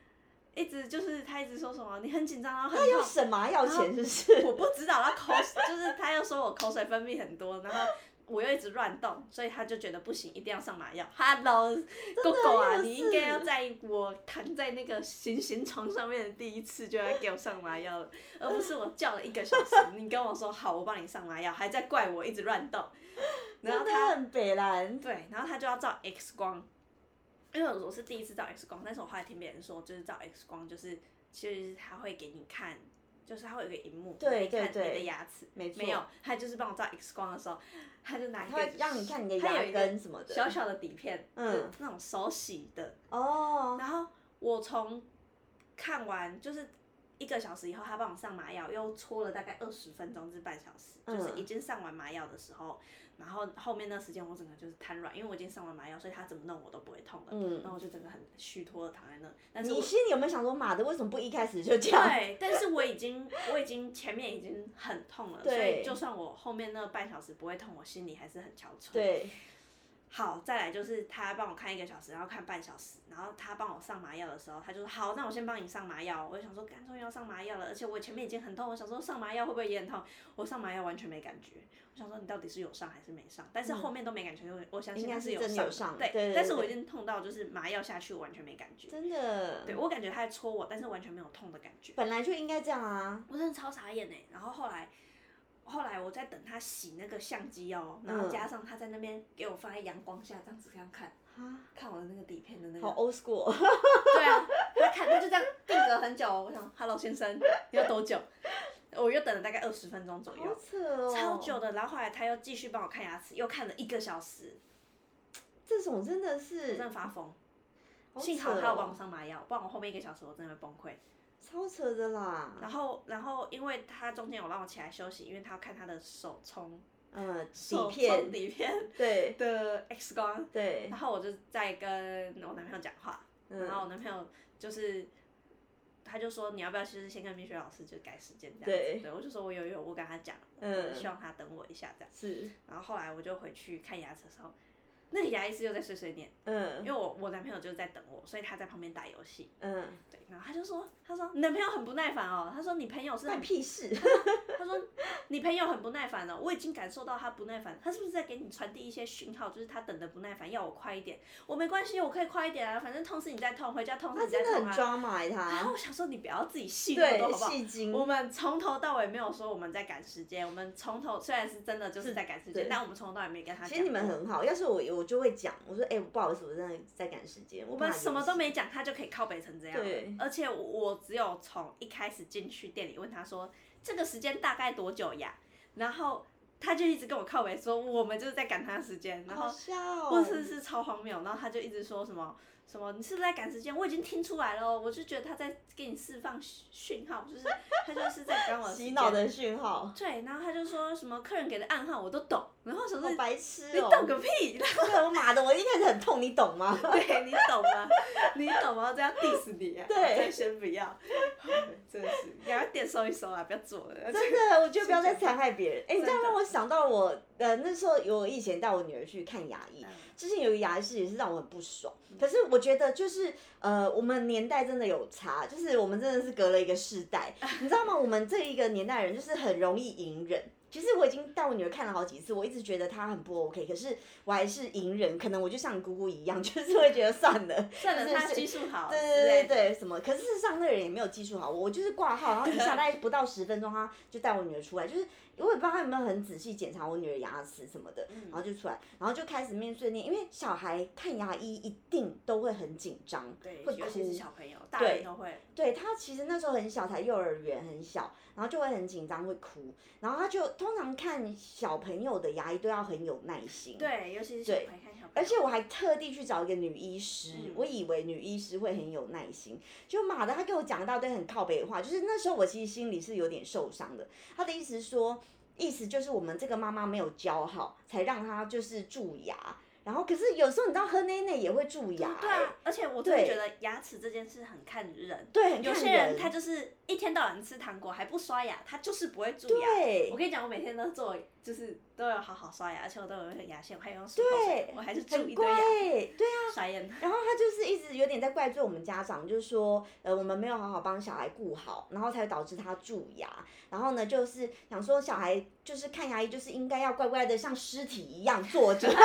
Speaker 2: 一直就是他一直说什么，你很紧张，然后很
Speaker 1: 他要
Speaker 2: 痛。
Speaker 1: 省麻药钱是不是？
Speaker 2: 我不知道，他口水就是他又说我口水分泌很多，然后我又一直乱动，所以他就觉得不行，一定要上麻药。Hello，狗狗啊，
Speaker 1: 又
Speaker 2: 你应该
Speaker 1: 是
Speaker 2: 要在我躺在那个行刑床上面的第一次就要给我上麻药了，而不是我叫了一个小时，你跟我说好，我帮你上麻药，还在怪我一直乱动。然
Speaker 1: 真
Speaker 2: 后
Speaker 1: 的
Speaker 2: 他
Speaker 1: 很北蓝，
Speaker 2: 对，然后他就要照 X 光，因为我是第一次照 X 光，但是我后来听别人说，就是照 X 光就是其实他会给你看，就是他会有一个荧幕，
Speaker 1: 对
Speaker 2: 你可
Speaker 1: 对
Speaker 2: 以看你的
Speaker 1: 对
Speaker 2: 牙齿，
Speaker 1: 没错
Speaker 2: 没有，他就是帮我照 X 光的时候，他就拿一
Speaker 1: 他会
Speaker 2: 个
Speaker 1: 让你看你的
Speaker 2: 它有
Speaker 1: 牙
Speaker 2: 一个
Speaker 1: 根什么的。
Speaker 2: 小小的底片，
Speaker 1: 嗯
Speaker 2: 嗯，那种手洗的，
Speaker 1: 哦，
Speaker 2: 然后我从看完就是。一个小时以后，他帮我上麻药，又搓了大概二十分钟至半小时，就是
Speaker 1: 嗯
Speaker 2: 已经上完麻药的时候，然后后面那时间我整个就是瘫软，因为我已经上完麻药，所以他怎么弄我都不会痛了。然
Speaker 1: 嗯，
Speaker 2: 后我就整个很虚脱的躺在那。但是
Speaker 1: 你
Speaker 2: 我
Speaker 1: 心里有没有想说，妈的，为什么不一开始就讲？
Speaker 2: 对，但是我已经我已经前面已经很痛了，所以
Speaker 1: 对
Speaker 2: 就算我后面那半小时不会痛，我心里还是很憔 悴。，
Speaker 1: 对，
Speaker 2: 好，哦再来就是他帮我看一个小时，然后看半小时，然后他帮我上麻药的时候，他就说好，那我先帮你上麻药。我就想说，干终于要上麻药了，而且我前面已经很痛，我想说上麻药会不会也很痛？我上麻药完全没感觉，我想说你到底是有上还是没上？但是后面都没感觉，我我相信
Speaker 1: 嗯应该
Speaker 2: 他
Speaker 1: 是
Speaker 2: 有
Speaker 1: 真的
Speaker 2: 上
Speaker 1: 有
Speaker 2: 的
Speaker 1: 上
Speaker 2: 对，
Speaker 1: 对对
Speaker 2: 但是
Speaker 1: 对
Speaker 2: 我已经痛到就是麻药下去我完全没感觉。
Speaker 1: 真的，
Speaker 2: 对我感觉他在戳我，但是完全没有痛的感觉，
Speaker 1: 本来就应该这样啊。
Speaker 2: 我真的超傻眼哎、然后后来，后来我在等他洗那个相机哦，然后
Speaker 1: 嗯
Speaker 2: 加上他在那边给我放在阳光下这样子这样看，
Speaker 1: 啊
Speaker 2: 看我的那个底片的那
Speaker 1: 好
Speaker 2: 个，
Speaker 1: old school，
Speaker 2: 对啊，他看他就这样定格很久、哦，我想，Hello 先生，你要多久？ 我又等了大概二十分钟左
Speaker 1: 好
Speaker 2: 右，
Speaker 1: 扯哦，
Speaker 2: 超久。的。然后后来他又继续帮我看牙齿，又看了一个小时，
Speaker 1: 这种真的
Speaker 2: 我
Speaker 1: 是
Speaker 2: 真的发疯。
Speaker 1: 好
Speaker 2: 幸好
Speaker 1: 扯
Speaker 2: 他有
Speaker 1: 哦
Speaker 2: 帮我上麻药，不然我后面一个小时我真的会崩溃。
Speaker 1: 超扯的啦。
Speaker 2: 然后，然后因为他中间有让我起来休息，因为他要看他的手冲
Speaker 1: 嗯，底
Speaker 2: 手
Speaker 1: 片
Speaker 2: 冲，底片
Speaker 1: 对
Speaker 2: 的 X 光。
Speaker 1: 对
Speaker 2: 然，后我就在跟我男朋友讲话，
Speaker 1: 嗯
Speaker 2: 然后我男朋友就是，他就说你要不要就是先跟蜜雪老师就改时间这样
Speaker 1: 对
Speaker 2: 子，对我就说我有有，我跟他讲，
Speaker 1: 嗯
Speaker 2: 希望他等我一下这样。
Speaker 1: 是，
Speaker 2: 然后后来我就回去看牙齿的时候，那个牙医师又在碎碎念，因
Speaker 1: 嗯
Speaker 2: 为我我男朋友就是在等我，所以他在旁边打游戏，
Speaker 1: 嗯，
Speaker 2: 对，然后他就说他说你男朋友很不耐烦哦，他说你朋友是
Speaker 1: 关
Speaker 2: 很
Speaker 1: 你屁事。
Speaker 2: 他说：“你朋友很不耐烦了，哦我已经感受到他不耐烦，他是不是在给你传递一些讯号，就是他等的不耐烦，要我快一点？我没关系，我可以快一点啊，反正痛是你在痛，回家痛是
Speaker 1: 他
Speaker 2: 你在
Speaker 1: 真的
Speaker 2: 痛
Speaker 1: 很
Speaker 2: 啊。
Speaker 1: 抓马欸
Speaker 2: 然后
Speaker 1: 他，
Speaker 2: 我想说，你不要自己戏那么多
Speaker 1: 对，
Speaker 2: 好不好？
Speaker 1: 戏精，
Speaker 2: 我们从头到尾没有说我们在赶时间，我们从头虽然是真的就是在赶时间，
Speaker 1: 对
Speaker 2: 但我们从头到尾没跟他讲过。
Speaker 1: 其实你们很好，要是我我就会讲，我说哎、不好意思，我真的在赶时间，我
Speaker 2: 我
Speaker 1: 怕
Speaker 2: 们
Speaker 1: 有
Speaker 2: 什么都
Speaker 1: 事。
Speaker 2: 没讲，他就可以靠北成这样了
Speaker 1: 对。
Speaker 2: 而且我我只有从一开始进去店里问他说这个时间大概多久呀？然后他就一直跟我靠北说我们就是在赶他时间，然
Speaker 1: 好
Speaker 2: 后
Speaker 1: 笑哦、
Speaker 2: 或是是超荒谬，然后他就一直说什么什么你是不是在赶时间？我已经听出来了哦，我就觉得他在给你释放讯讯号，就是他就是在赶我时间
Speaker 1: 洗脑。的讯号，
Speaker 2: 对，然后他就说什么客人给的暗号我都懂，然后我想说
Speaker 1: 好白痴
Speaker 2: 你
Speaker 1: 哦、
Speaker 2: 懂个屁，
Speaker 1: 对，我妈的，我一开始很痛，你懂吗？
Speaker 2: 对，你懂吗？你懂吗？这样 diss 你、啊，
Speaker 1: 对
Speaker 2: 这先不 要，真的是，赶快店收一收啊，不要做了。而且
Speaker 1: 真的，我觉得不要再残害别人。哎、你这样
Speaker 2: 真的
Speaker 1: 让我想到我，呃，那时候有我以前带我女儿去看牙医
Speaker 2: 嗯，
Speaker 1: 之前有个牙医师也是让我很不爽。可是我觉得就是，呃，我们年代真的有差，就是我们真的是隔了一个世代，你知道吗？我们这一个年代人就是很容易隐忍。其实我已经带我女儿看了好几次，我一直觉得她很不 OK，可是我还是隐忍，可能我就像你姑姑一样， 就是会觉得算了，
Speaker 2: 算了，
Speaker 1: 就是
Speaker 2: 他技术好，
Speaker 1: 对对对对，什么？可是事实上那个人也没有技术好，我我就是挂号，然后一 下大概不到十分钟，他就带我女儿出来，就是我也不知道他有没有很仔细检查我女儿牙齿什么的，
Speaker 2: 嗯
Speaker 1: 然后就出来，然后就开始面对面，因为小孩看牙医一定都会很紧张，
Speaker 2: 对，
Speaker 1: 会
Speaker 2: 尤其是
Speaker 1: 哭。
Speaker 2: 小朋友，大人都会，
Speaker 1: 对他其实那时候很小，才幼儿园很小，然后就会很紧张，会哭，然后他就通常看小朋友的牙医都要很有耐心。
Speaker 2: 对，尤其是小朋友看小朋友，
Speaker 1: 而且我还特地去找一个女医师，
Speaker 2: 嗯
Speaker 1: 我以为女医师会很有耐心，就妈的，她跟我讲一大堆很靠北的话，就是那时候我其实心里是有点受伤的。她的意思是说，意思就是我们这个妈妈没有教好，才让她就是蛀牙。然后可是有时候你知道喝奶奶也会蛀牙、
Speaker 2: 对
Speaker 1: 欸
Speaker 2: 啊，而且我真的
Speaker 1: 对
Speaker 2: 觉得牙齿这件事很看人，
Speaker 1: 对，很
Speaker 2: 有
Speaker 1: 看
Speaker 2: 些人他就是一天到晚吃糖果还不刷牙，他就是不会蛀牙。
Speaker 1: 对
Speaker 2: 我跟你讲，我每天都做，就是都有好好刷牙，而且我都有那个牙线，我还有用漱口水
Speaker 1: 对，
Speaker 2: 我还是蛀
Speaker 1: 很
Speaker 2: 一堆
Speaker 1: 乖、
Speaker 2: 牙，
Speaker 1: 欸，对啊。
Speaker 2: 刷 烟。
Speaker 1: 然后他就是一直有点在怪罪我们家长，就是说，呃，我们没有好好帮小孩顾好，然后才导致他蛀牙。然后呢，就是想说小孩就是看牙医就是应该要乖乖的像尸体一样坐 着，真的，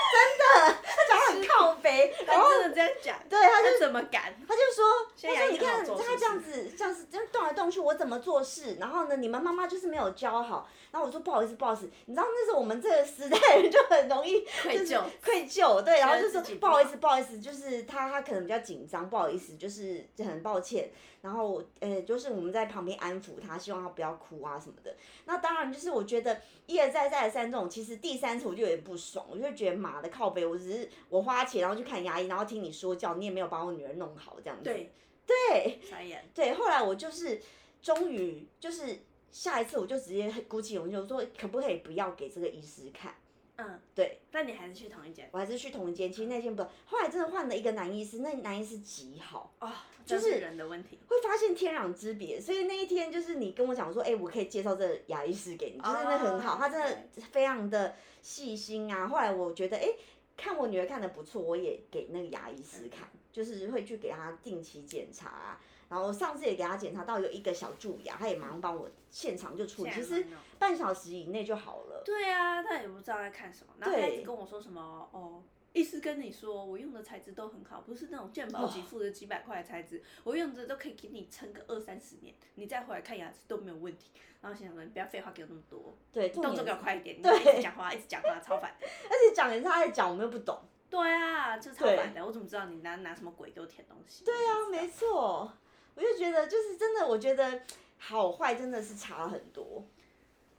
Speaker 1: 他讲得很靠背。然
Speaker 2: 他
Speaker 1: 后
Speaker 2: 真的这样讲，
Speaker 1: 对，他
Speaker 2: 他怎么敢？
Speaker 1: 他就说，
Speaker 2: 现
Speaker 1: 他说
Speaker 2: 在牙医
Speaker 1: 你
Speaker 2: 很好
Speaker 1: 看
Speaker 2: 做是
Speaker 1: 他
Speaker 2: 不
Speaker 1: 这样
Speaker 2: 是
Speaker 1: 子，这样子这样动来动去，我怎么做事？然后呢，你们妈妈就是没有教好。然后我说不好意思，不好意思，你知道那时候我们这个时代人就很容易
Speaker 2: 愧
Speaker 1: 就是
Speaker 2: 疚
Speaker 1: 愧疚，对，然后就
Speaker 2: 觉得
Speaker 1: 说
Speaker 2: 自己
Speaker 1: 不
Speaker 2: 不
Speaker 1: 好意思，
Speaker 2: 好
Speaker 1: 不好意思，就是他他可能比较紧张，不好意思，就是很抱歉。然后呃，就是我们在旁边安抚他，希望他不要哭啊什么的。那当然就是我觉得一而再再而三这种，其实第三次我就有点不爽，我就会觉得妈的靠背，我只是我花钱然后去看牙医，然后听你说教，你也没有把我女儿弄好这样子。
Speaker 2: 对
Speaker 1: 对
Speaker 2: 刷烟。
Speaker 1: 对，后来我就是终于就是下一次我就直接鼓起勇气，我说可不可以不要给这个医师看？
Speaker 2: 嗯，
Speaker 1: 对，
Speaker 2: 但你还是去同一间
Speaker 1: 我还是去同一间，其实那间不，后来真的换了一个男医师，那男医师极好，
Speaker 2: 哦，
Speaker 1: 就
Speaker 2: 这
Speaker 1: 是
Speaker 2: 是人的问题。
Speaker 1: 会发现天壤之别。所以那一天就是你跟我讲说，哎、我可以介绍这个牙医师给你，就是那很好，
Speaker 2: 哦
Speaker 1: 他真的非常的细心啊。后来我觉得，哎、看我女儿看的不错，我也给那个牙医
Speaker 2: 嗯
Speaker 1: 师看，就是会去给她定期检查啊、然后上次也给她检查到有一个小蛀牙，她也马上帮我现场就处理，其
Speaker 2: 现在哦
Speaker 1: 实
Speaker 2: 蛮好
Speaker 1: 半小时以内就好了。
Speaker 2: 对啊，他也不知道在看什么，然后他
Speaker 1: 对
Speaker 2: 一直跟我说什么哦。医师跟你说，我用的材质都很好，不是那种健保给付的几百块的材质，我用着都可以给你撑个二三十年，你再回来看牙齿都没有问题。然后心想说，你不要废话给我那么多，
Speaker 1: 对，
Speaker 2: 动
Speaker 1: 动作
Speaker 2: 作给
Speaker 1: 而
Speaker 2: 我快一点，你
Speaker 1: 对
Speaker 2: 一直讲话，一直讲话，超烦。
Speaker 1: 且讲也是他在讲，我们又不懂。
Speaker 2: 对啊，就是超烦的，我怎么知道你拿拿什么鬼给我舔东西？对
Speaker 1: 对啊，没错，我就觉得就是真的，我觉得好坏真的是差很多。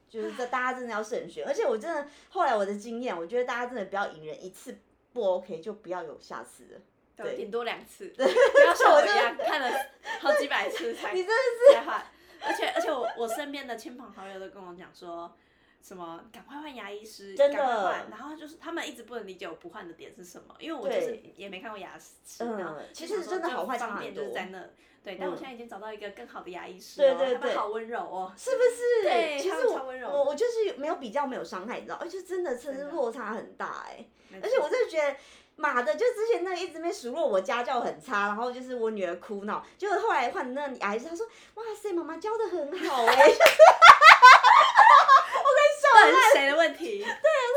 Speaker 1: 就是这，大家真的要慎选，而且我真的后来我的经验，我觉得大家真的不要隐忍一次不 OK 就不要有下次了。
Speaker 2: 对，
Speaker 1: 对
Speaker 2: 顶多两次，不要像我一样看了好几百次才
Speaker 1: 你真
Speaker 2: 才换。而且而且我我身边的亲朋好友都跟我讲说，什么赶快换牙医师，
Speaker 1: 真的
Speaker 2: 赶快换。然后就是他们一直不能理解我不换的点是什么，因为我就是
Speaker 1: 对
Speaker 2: 也没看过牙齿，
Speaker 1: 嗯
Speaker 2: 然后就
Speaker 1: 其实
Speaker 2: 想说
Speaker 1: 真的
Speaker 2: 就
Speaker 1: 好坏差
Speaker 2: 方
Speaker 1: 很
Speaker 2: 便就是
Speaker 1: 多
Speaker 2: 在那。对，但我
Speaker 1: 嗯
Speaker 2: 现在已经找到一个更好的牙医师
Speaker 1: 对
Speaker 2: 哦，
Speaker 1: 对
Speaker 2: 他们
Speaker 1: 对
Speaker 2: 好温柔哦。
Speaker 1: 是不是？
Speaker 2: 对
Speaker 1: 其
Speaker 2: 他
Speaker 1: 实
Speaker 2: 们
Speaker 1: 我
Speaker 2: 超温柔
Speaker 1: 我我就是没有比较，没有伤害，你知道，而且真的真
Speaker 2: 真
Speaker 1: 是
Speaker 2: 的
Speaker 1: 落差很大哎、
Speaker 2: 没
Speaker 1: 而且
Speaker 2: 错
Speaker 1: 我真的觉得，妈的，就之前那个一直没数落我家教很差，然后就是我女儿哭闹，结果后来换那个牙医师，她说：“哇塞，妈妈教的很好哎、
Speaker 2: 到底是谁的问题？对，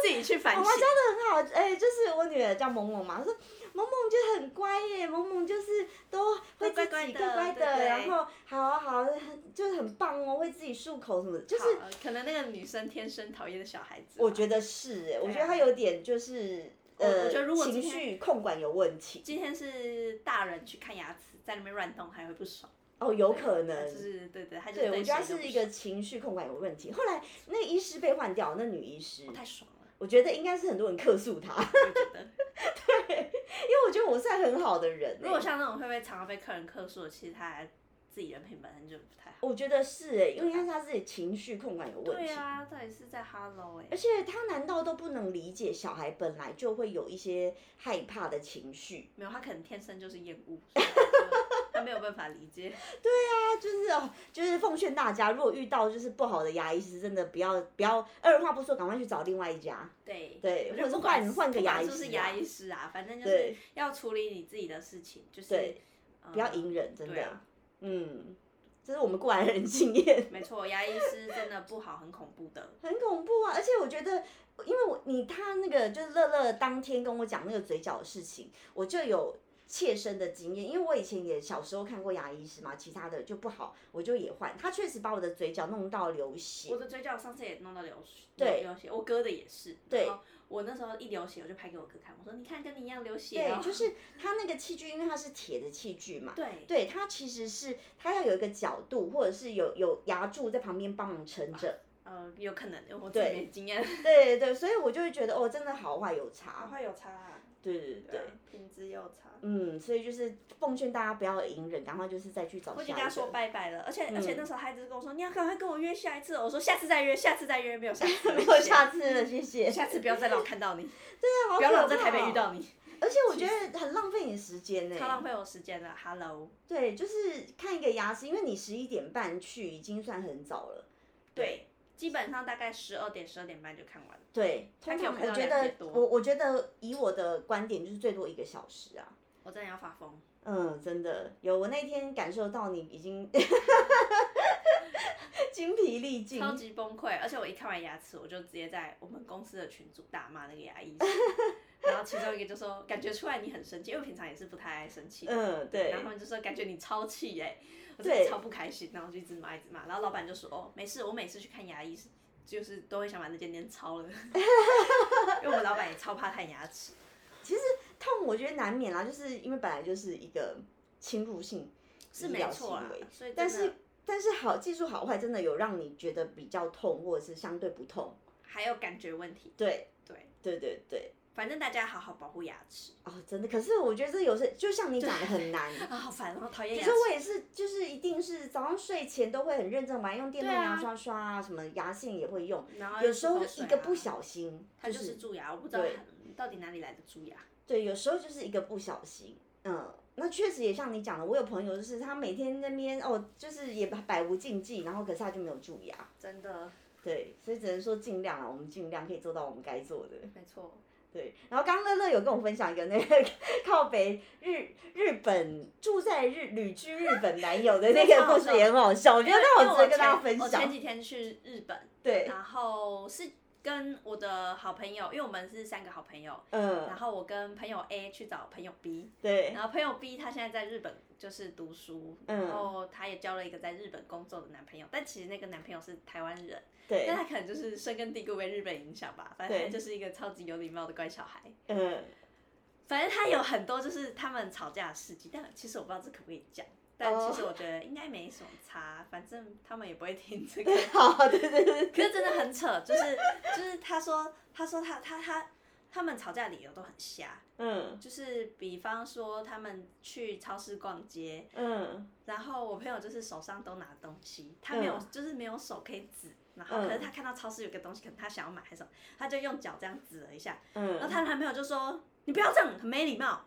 Speaker 2: 自己去反
Speaker 1: 我
Speaker 2: 省
Speaker 1: 妈。教的很好，哎、就是我女儿叫萌萌嘛，她说萌萌就很乖耶，萌萌就是都会自
Speaker 2: 乖
Speaker 1: 己乖
Speaker 2: 乖的
Speaker 1: 乖
Speaker 2: 对不对
Speaker 1: 然后好好就是很棒哦，会自己漱口什么的，就是
Speaker 2: 好可能那个女生天生讨厌的小孩子吧。
Speaker 1: 我觉得是哎，我觉得她有点就是
Speaker 2: 啊我
Speaker 1: 呃
Speaker 2: 我觉得如果
Speaker 1: 情
Speaker 2: 今天
Speaker 1: 绪控管有问题
Speaker 2: 今天是大人去看牙齿，在那边乱动还会不爽，
Speaker 1: 哦，有可能
Speaker 2: 对就是对对，他就
Speaker 1: 对，我觉得他
Speaker 2: 谁
Speaker 1: 是
Speaker 2: 都不
Speaker 1: 一个
Speaker 2: 爽
Speaker 1: 情绪控管有问题。后来那个医师被换掉，那女医师，
Speaker 2: 太爽了，
Speaker 1: 我觉得应该是很多人客诉他，
Speaker 2: 我觉 得。
Speaker 1: 因为我觉得我算很好的人欸、
Speaker 2: 如果像那种会不会常常被客人客诉，其实他自己人品本身就不太好。
Speaker 1: 我觉得是哎、因为应该是他自己情绪控管有问
Speaker 2: 对
Speaker 1: 题。
Speaker 2: 啊，到底是在 Hello 哎、
Speaker 1: 而且他难道都不能理解小孩本来就会有一些害怕的情绪？
Speaker 2: 没有，他可能天生就是厌恶，所以他 就他没有办法理解。
Speaker 1: 他就是哦，就是奉劝大家，如果遇到就是不好的牙医师，真的不要不要二话不说，赶快去找另外一家。
Speaker 2: 对
Speaker 1: 对
Speaker 2: 我
Speaker 1: 或
Speaker 2: 觉
Speaker 1: 者
Speaker 2: 得
Speaker 1: 是
Speaker 2: 不管
Speaker 1: 换
Speaker 2: 是
Speaker 1: 换个
Speaker 2: 不管
Speaker 1: 牙医
Speaker 2: 是不
Speaker 1: 师
Speaker 2: 是
Speaker 1: 啊
Speaker 2: 牙医师啊，反正就是
Speaker 1: 对
Speaker 2: 要处理你自己的事情，就是
Speaker 1: 对
Speaker 2: 呃
Speaker 1: 不要隐忍，真
Speaker 2: 对
Speaker 1: 的
Speaker 2: 啊。
Speaker 1: 嗯，这是我们过来人经验，
Speaker 2: 没错，牙医师真的不好，很恐怖的。
Speaker 1: 很恐怖啊！而且我觉得，因为我你他那个就是乐乐当天跟我讲那个嘴角的事情，我就有切身的经验，因为我以前也小时候看过牙医师嘛，其他的就不好，我就也换，他确实把我的嘴角弄到流血
Speaker 2: 我，的嘴角上次也弄到流血，对流血，我哥的也是。
Speaker 1: 对，
Speaker 2: 我那时候一流血，我就拍给我哥看，我说你看跟你一样流血、哦。
Speaker 1: 对，就是他那个器具，因为它是铁的器具嘛，
Speaker 2: 对
Speaker 1: 对，它其实是它要有一个角度，或者是有有牙柱在旁边帮忙撑着，
Speaker 2: 呃， 有可能，我自己没经验，
Speaker 1: 对对对，所以我就会觉得哦，真的好坏有
Speaker 2: 啊
Speaker 1: 差，
Speaker 2: 会有差、啊，
Speaker 1: 对对对。
Speaker 2: 啊，品质有差。
Speaker 1: 嗯，所以就是奉劝大家不要隐忍，赶快就是再去找
Speaker 2: 我已
Speaker 1: 下
Speaker 2: 经
Speaker 1: 一
Speaker 2: 跟他
Speaker 1: 个。
Speaker 2: 说 拜拜了，而
Speaker 1: 嗯
Speaker 2: 且、而且那时候孩子跟我说你要赶快跟我约下一次哦，我说下次再约，下次再约，没有下 次，
Speaker 1: 没有下次了，谢谢。
Speaker 2: 下次不要再让我看到你，
Speaker 1: 对啊，好
Speaker 2: 不要让我
Speaker 1: 可
Speaker 2: 在台
Speaker 1: 怕
Speaker 2: 北
Speaker 1: 哦
Speaker 2: 遇。到你，
Speaker 1: 而且我觉得很浪费你时间呢、
Speaker 2: 超浪费我时间了。Hello，
Speaker 1: 对，就是看一个牙齿，因为你十一点半去已经算很早了。
Speaker 2: 对，基本上大概十二点、十二点半就看完了。
Speaker 1: 对，
Speaker 2: 他
Speaker 1: 通
Speaker 2: 给我
Speaker 1: 常
Speaker 2: 看
Speaker 1: 我
Speaker 2: 到
Speaker 1: 觉
Speaker 2: 两
Speaker 1: 得
Speaker 2: 点多
Speaker 1: 我我觉得以我的观点就是最多一个小时啊。
Speaker 2: 我真的要发疯，
Speaker 1: 嗯，真的有，我那天感受到你已经 精疲力尽，
Speaker 2: 超级崩溃，而且我一看完牙齿，我就直接在我们公司的群组大骂那个牙 医师，然后其中一个就说感觉出来你很生气，因为我平常也是不太爱生气的，
Speaker 1: 嗯，对
Speaker 2: 然后，他们就说感觉你超气哎、我真
Speaker 1: 对
Speaker 2: 的超不开心，然后我就一直骂一直骂，然后老板就说哦没事，我每次去看牙医是就是都会想把那间店抄 了，因为我们老板也超怕看牙齿，
Speaker 1: 痛我觉得难免啦，就是因为本来就是一个侵入性
Speaker 2: 是
Speaker 1: 医
Speaker 2: 没
Speaker 1: 疗
Speaker 2: 错啦
Speaker 1: 行为，
Speaker 2: 所以真的
Speaker 1: 但是但是好技术好坏真的有让你觉得比较痛，或者是相对不痛，
Speaker 2: 还有感觉问题，
Speaker 1: 对
Speaker 2: 对，
Speaker 1: 对对对，
Speaker 2: 反正大家好好保护牙 齿
Speaker 1: 哦，真的，可是我觉得这有时就像你讲的很难。
Speaker 2: 啊，好烦哦，好讨厌
Speaker 1: 可
Speaker 2: 牙
Speaker 1: 是
Speaker 2: 齿。
Speaker 1: 我也是，就是一定是早上睡前都会很认真玩，用电动
Speaker 2: 对啊
Speaker 1: 牙刷刷啊，什么牙线也会用。
Speaker 2: 然后
Speaker 1: 有时候
Speaker 2: 漱口水
Speaker 1: 一
Speaker 2: 啊
Speaker 1: 个不小心，
Speaker 2: 它就是蛀牙，我不知道
Speaker 1: 对
Speaker 2: 它到底哪里来的蛀牙。
Speaker 1: 对，有时候就是一个不小心，嗯，那确实也像你讲的，我有朋友就是他每天那边哦，就是也百无禁忌，然后可是他就没有蛀牙，
Speaker 2: 真的，
Speaker 1: 对，所以只能说尽量啊，我们尽量可以做到我们该做的，
Speaker 2: 没错，
Speaker 1: 对。然后刚刚乐乐有跟我分享一个那个 靠北日日本住在日旅居日本男友的那
Speaker 2: 这
Speaker 1: 个
Speaker 2: 超好
Speaker 1: 故事也很好笑，我觉得那
Speaker 2: 因为
Speaker 1: 好
Speaker 2: 我
Speaker 1: 值得跟大家
Speaker 2: 前
Speaker 1: 分
Speaker 2: 我前
Speaker 1: 享，
Speaker 2: 几天去日本，
Speaker 1: 对，
Speaker 2: 然后是跟我的好朋友，因为我们是三个好朋友，
Speaker 1: 嗯，
Speaker 2: 然后我跟朋友 A 去找朋友 B，
Speaker 1: 对，
Speaker 2: 然后朋友 B 他现在在日本就是读书，
Speaker 1: 嗯
Speaker 2: 然后他也交了一个在日本工作的男朋友，但其实那个男朋友是台湾人，但
Speaker 1: 对，
Speaker 2: 他可能就是深根蒂固被日本影响吧，反正
Speaker 1: 对
Speaker 2: 他就是一个超级有礼貌的乖小孩。
Speaker 1: 嗯，
Speaker 2: 反正他有很多就是他们吵架的事迹，但其实我不知道这可不可以讲。但
Speaker 1: 哦
Speaker 2: 其实我觉得应该没什么差，反正他们也不会 听这个。
Speaker 1: 好，对对对，
Speaker 2: 可是真的很扯，就是就是他说他说他他他他们吵架理由都很瞎，
Speaker 1: 嗯
Speaker 2: 就是比方说他们去超市逛街，
Speaker 1: 嗯
Speaker 2: 然后我朋友就是手上都拿东西，他没有、
Speaker 1: 嗯
Speaker 2: 就是没有手可以指，然后
Speaker 1: 嗯
Speaker 2: 可是他看到超市有个东西，可能他想要买还是什么，他就用脚这样指了一下，然后
Speaker 1: 嗯，
Speaker 2: 她男朋友就说：“你不要这样，很没礼貌。”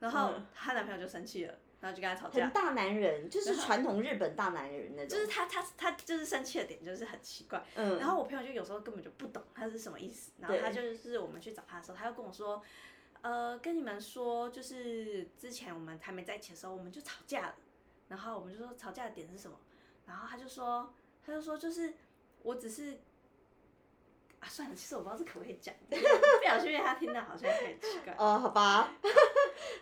Speaker 2: 然后
Speaker 1: 嗯
Speaker 2: 她男朋友就生气了，然后就跟她吵
Speaker 1: 很
Speaker 2: 架。
Speaker 1: 大男人，就是传统日本大男人那种，
Speaker 2: 就是她她她就是生气的点就是很奇怪。
Speaker 1: 嗯，
Speaker 2: 然后我朋友就有时候根本就不懂他是什么意思，然后
Speaker 1: 对
Speaker 2: 他就是我们去找他的时候，他就跟我说。呃，跟你们说，就是之前我们还没在一起的时候，我们就吵架了。然后我们就说吵架的点是什么，然后他就说，他就说就是我只是啊，算了，其实我不知道这可不可以讲， 不小心被他听到，好像有点奇怪。
Speaker 1: 哦，好 吧，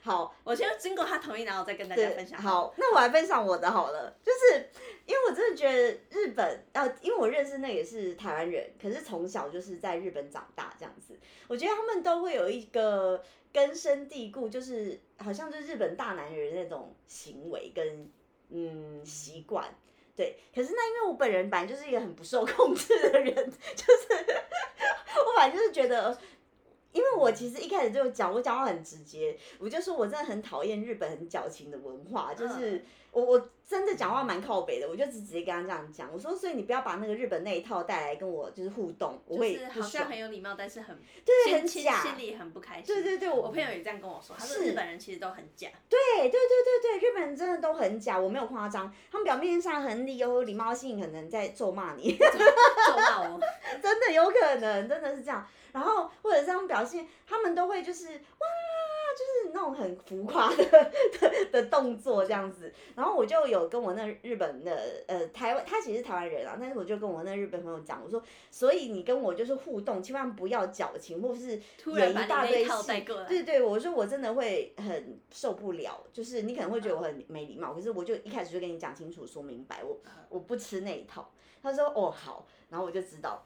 Speaker 1: 好，
Speaker 2: 我先经过他同意，然后再跟大家
Speaker 1: 对
Speaker 2: 分，享。，
Speaker 1: 好，那我来分享我的好了，就是因为我真的觉得日本，呃，因为我认识那也是台湾人，可是从小就是在日本长大这样子，我觉得他们都会有一个根深蒂固，就是好像就是日本大男人那种行为跟嗯习惯。对，可是那因为我本人本来就是一个很不受控制的人， 就是我本来就是觉得，因为我其实一开始就有讲，我讲话很直接，我就说我真的很讨厌日本很矫情的文化，就是
Speaker 2: 嗯
Speaker 1: 我我真的讲话蛮靠北的，我就直接跟他这样讲，我说所以你不要把那个日本那一套带来跟我就是互动，我会
Speaker 2: 就是
Speaker 1: 不
Speaker 2: 好像
Speaker 1: 爽，
Speaker 2: 很有礼貌，但是很
Speaker 1: 对，
Speaker 2: 心
Speaker 1: 很
Speaker 2: 心
Speaker 1: 假，
Speaker 2: 心里很不开心。
Speaker 1: 对对对，
Speaker 2: 我朋友也这样跟我说，他说
Speaker 1: 是
Speaker 2: 日本人其实都很假，
Speaker 1: 对对对对对，日本人真的都很假，我没有夸张，他们表面上很礼有礼貌性，可能在咒骂你，
Speaker 2: 咒骂 我，
Speaker 1: 真的有可能，真的是这样。然后或者是他们表现，他们都会就是哇，就是你知那种很浮夸的的的动作这样子。然后我就有跟我那日本的呃台湾，他其实是台湾人啊，但是我就跟我那日本朋友讲，我说，所以你跟我就是互动，千万不要矫情或是
Speaker 2: 突
Speaker 1: 演
Speaker 2: 然
Speaker 1: 一
Speaker 2: 把你
Speaker 1: 大
Speaker 2: 那
Speaker 1: 堆
Speaker 2: 一套
Speaker 1: 戏
Speaker 2: 带过来，
Speaker 1: 对对，我说我真的会很受不了，就是你可能会觉得我很没礼貌，可是我就一开始就跟你讲清楚说明白，我
Speaker 2: 嗯
Speaker 1: 我不吃那一套。他说哦好，然后我就知道。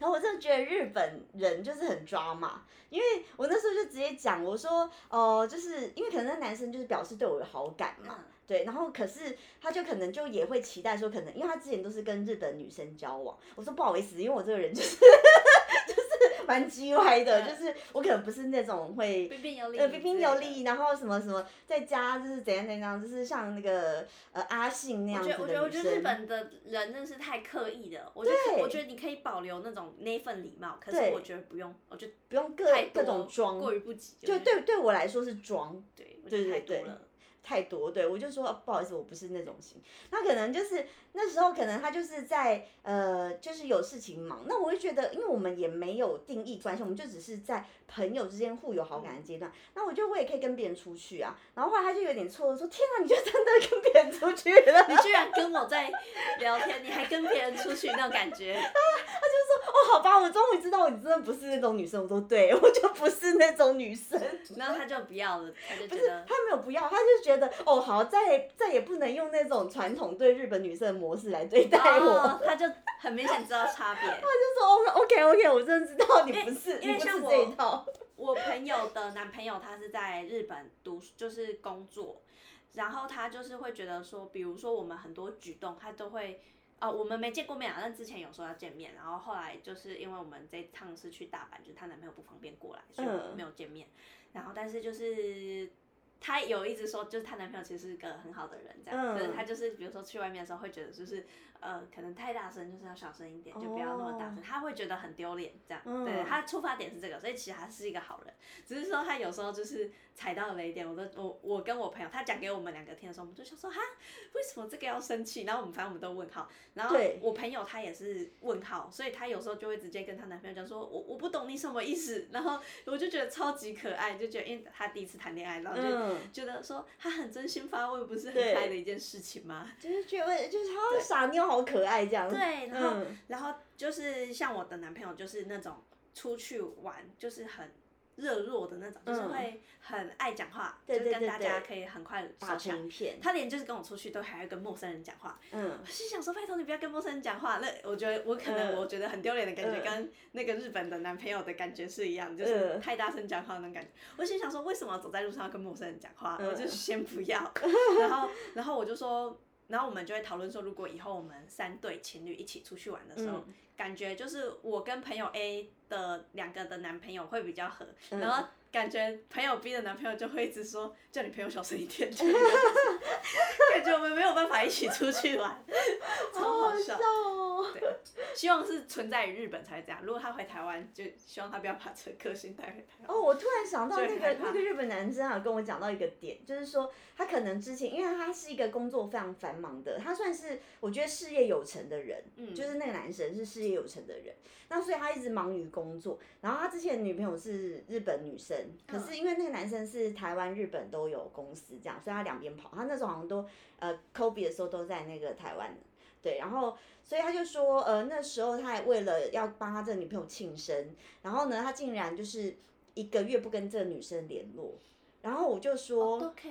Speaker 1: 然后我真的觉得日本人就是很抓马，因为我那时候就直接讲，我说哦、呃就是因为可能那男生就是表示对我有好感嘛，
Speaker 2: 嗯
Speaker 1: 对，然后可是他就可能就也会期待说，可能因为他之前都是跟日本女生交往，我说不好意思，因为我这个人就是 就是蛮叽歪的，
Speaker 2: 嗯
Speaker 1: 就是我可能不是那种会。
Speaker 2: 彬彬有礼，
Speaker 1: 呃，彬彬有礼，。然后什么什么，在家就是怎样怎样，就是像那个呃阿信那样
Speaker 2: 我
Speaker 1: 子的
Speaker 2: 觉得，我觉得，我
Speaker 1: 女
Speaker 2: 觉得日
Speaker 1: 生。
Speaker 2: 本的人真是太刻意了。我觉得，
Speaker 1: 对
Speaker 2: 我觉得你可以保留那种那份礼貌，可
Speaker 1: 对
Speaker 2: 是我觉得不用，我觉得
Speaker 1: 不用各
Speaker 2: 太多
Speaker 1: 各种装，
Speaker 2: 过于不及。
Speaker 1: 就
Speaker 2: 我觉得
Speaker 1: 对对我来说是装，
Speaker 2: 对，我觉得
Speaker 1: 对对
Speaker 2: 太多
Speaker 1: 对
Speaker 2: 了。
Speaker 1: 太多，对我就说、呃不好意思，我不是那种型。那可能就是那时候，可能他就是在呃，就是有事情忙。那我就觉得，因为我们也没有定义关系，我们就只是在朋友之间互有好感的阶段。那我觉得我也可以跟别人出去啊。然后后来他就有点错愕，说：“天啊，你就真的跟别人出去了？”
Speaker 2: 你居然跟我在聊天，你还跟别人出去，那种感 觉，
Speaker 1: 哦，好吧，我终于知道你真的不是那种女生。我说：“对，我就不是那种女生。”
Speaker 2: 然后他就不要了，他就
Speaker 1: 不
Speaker 2: 觉
Speaker 1: 是
Speaker 2: 得
Speaker 1: 他没有不要，他就觉得哦好，再也再也不能用那种传统对日本女生的模式来对待我。
Speaker 2: 哦，他就很明显知道差别。
Speaker 1: 就说 O OK OK，我真的知道你
Speaker 2: 因为
Speaker 1: 不是，
Speaker 2: 因
Speaker 1: 你
Speaker 2: 为
Speaker 1: 不
Speaker 2: 像
Speaker 1: 是
Speaker 2: 我
Speaker 1: 这一套。
Speaker 2: 我朋友的男朋友他是在日本读，就是工作，然后他就是会觉得说，比如说我们很多举动，他都会。啊、我们没见过面啊，但之前有说要见面，然后后来就是因为我们这趟是去大阪，就是她男朋友不方便过来，所以我们
Speaker 1: 嗯
Speaker 2: 没有见面。然后但是就是她有一直说，就是她男朋友其实是个很好的人，这样，
Speaker 1: 嗯
Speaker 2: 可是她就是比如说去外面的时候会觉得就是呃，可能太大声，就是要小声一点，就不要那么大声，
Speaker 1: 哦
Speaker 2: 她会觉得很丢脸这样。
Speaker 1: 嗯
Speaker 2: 对，她出发点是这个，所以其实她是一个好人，只是说她有时候就是踩到雷点。我都我我跟我朋友，她讲给我们两个听的时候，我们就想说哈，为什么这个要生气？然后我们反正我们都问号，然后
Speaker 1: 对
Speaker 2: 我朋友她也是问号，所以她有时候就会直接跟她男朋友讲说，我我不懂你什么意思。然后我就觉得超级可爱，就觉得因为她第一次谈恋爱，然后就。
Speaker 1: 嗯，
Speaker 2: 觉得说她很真心发问，不是很
Speaker 1: 对嗯
Speaker 2: 开的一件事情吗？
Speaker 1: 就是觉得就是好傻妞，好可爱这样。
Speaker 2: 对，然后、
Speaker 1: 嗯
Speaker 2: 然后就是像我的男朋友，就是那种出去玩就是很热络的那种，就是
Speaker 1: 嗯
Speaker 2: 会很爱讲话，
Speaker 1: 对对
Speaker 2: 就是
Speaker 1: 对
Speaker 2: 跟大家
Speaker 1: 对
Speaker 2: 可以很快地
Speaker 1: 打
Speaker 2: 熟起来
Speaker 1: 成一片。
Speaker 2: 他连就是跟我出去都还要跟陌生人讲话，
Speaker 1: 嗯
Speaker 2: 我，心想说拜托你不要跟陌生人讲话。那我觉得我可能
Speaker 1: 嗯
Speaker 2: 我觉得很丢脸的感觉，
Speaker 1: 嗯
Speaker 2: 跟那个日本的男朋友的感觉是一样，就是
Speaker 1: 嗯
Speaker 2: 太大声讲话那种感觉。我心想说为什么走在路上要跟陌生人讲话？
Speaker 1: 嗯
Speaker 2: 我就先不 要。然后然后我就说，然后我们就会讨论说，如果以后我们三对情侣一起出去玩的时候，
Speaker 1: 嗯
Speaker 2: 感觉就是我跟朋友 A 的两个的男朋友会比较合，
Speaker 1: 嗯
Speaker 2: 然后感觉朋友 B 的男朋友就会一直说叫你朋友小声一点，叫你感觉我们没有办法一起出去玩，超好笑。
Speaker 1: 哦。
Speaker 2: 对，希望是存在于日本才会这样。如果他回台湾，就希望他不要把这个个性带回台湾。
Speaker 1: 哦，我突然想到
Speaker 2: 最
Speaker 1: 那
Speaker 2: 害
Speaker 1: 个
Speaker 2: 怕
Speaker 1: 那个日本男生啊，跟我讲到一个点，就是说他可能之前，因为他是一个工作非常繁忙的，他算是我觉得事业有成的人，
Speaker 2: 嗯
Speaker 1: 就是那个男生是事业有成的人，那所以他一直忙于工作。然后他之前的女朋友是日本女生，可
Speaker 2: 嗯
Speaker 1: 是因为那个男生是台湾、日本都有公司这样，所以他两边跑。他那时候好像都呃 Kobe 的时候都在那个台湾，对，然后所以他就说，呃，那时候他还为了要帮他这个女朋友庆生，然后呢，他竟然就是一个月不跟这个女生联络。然后我就说，
Speaker 2: OK，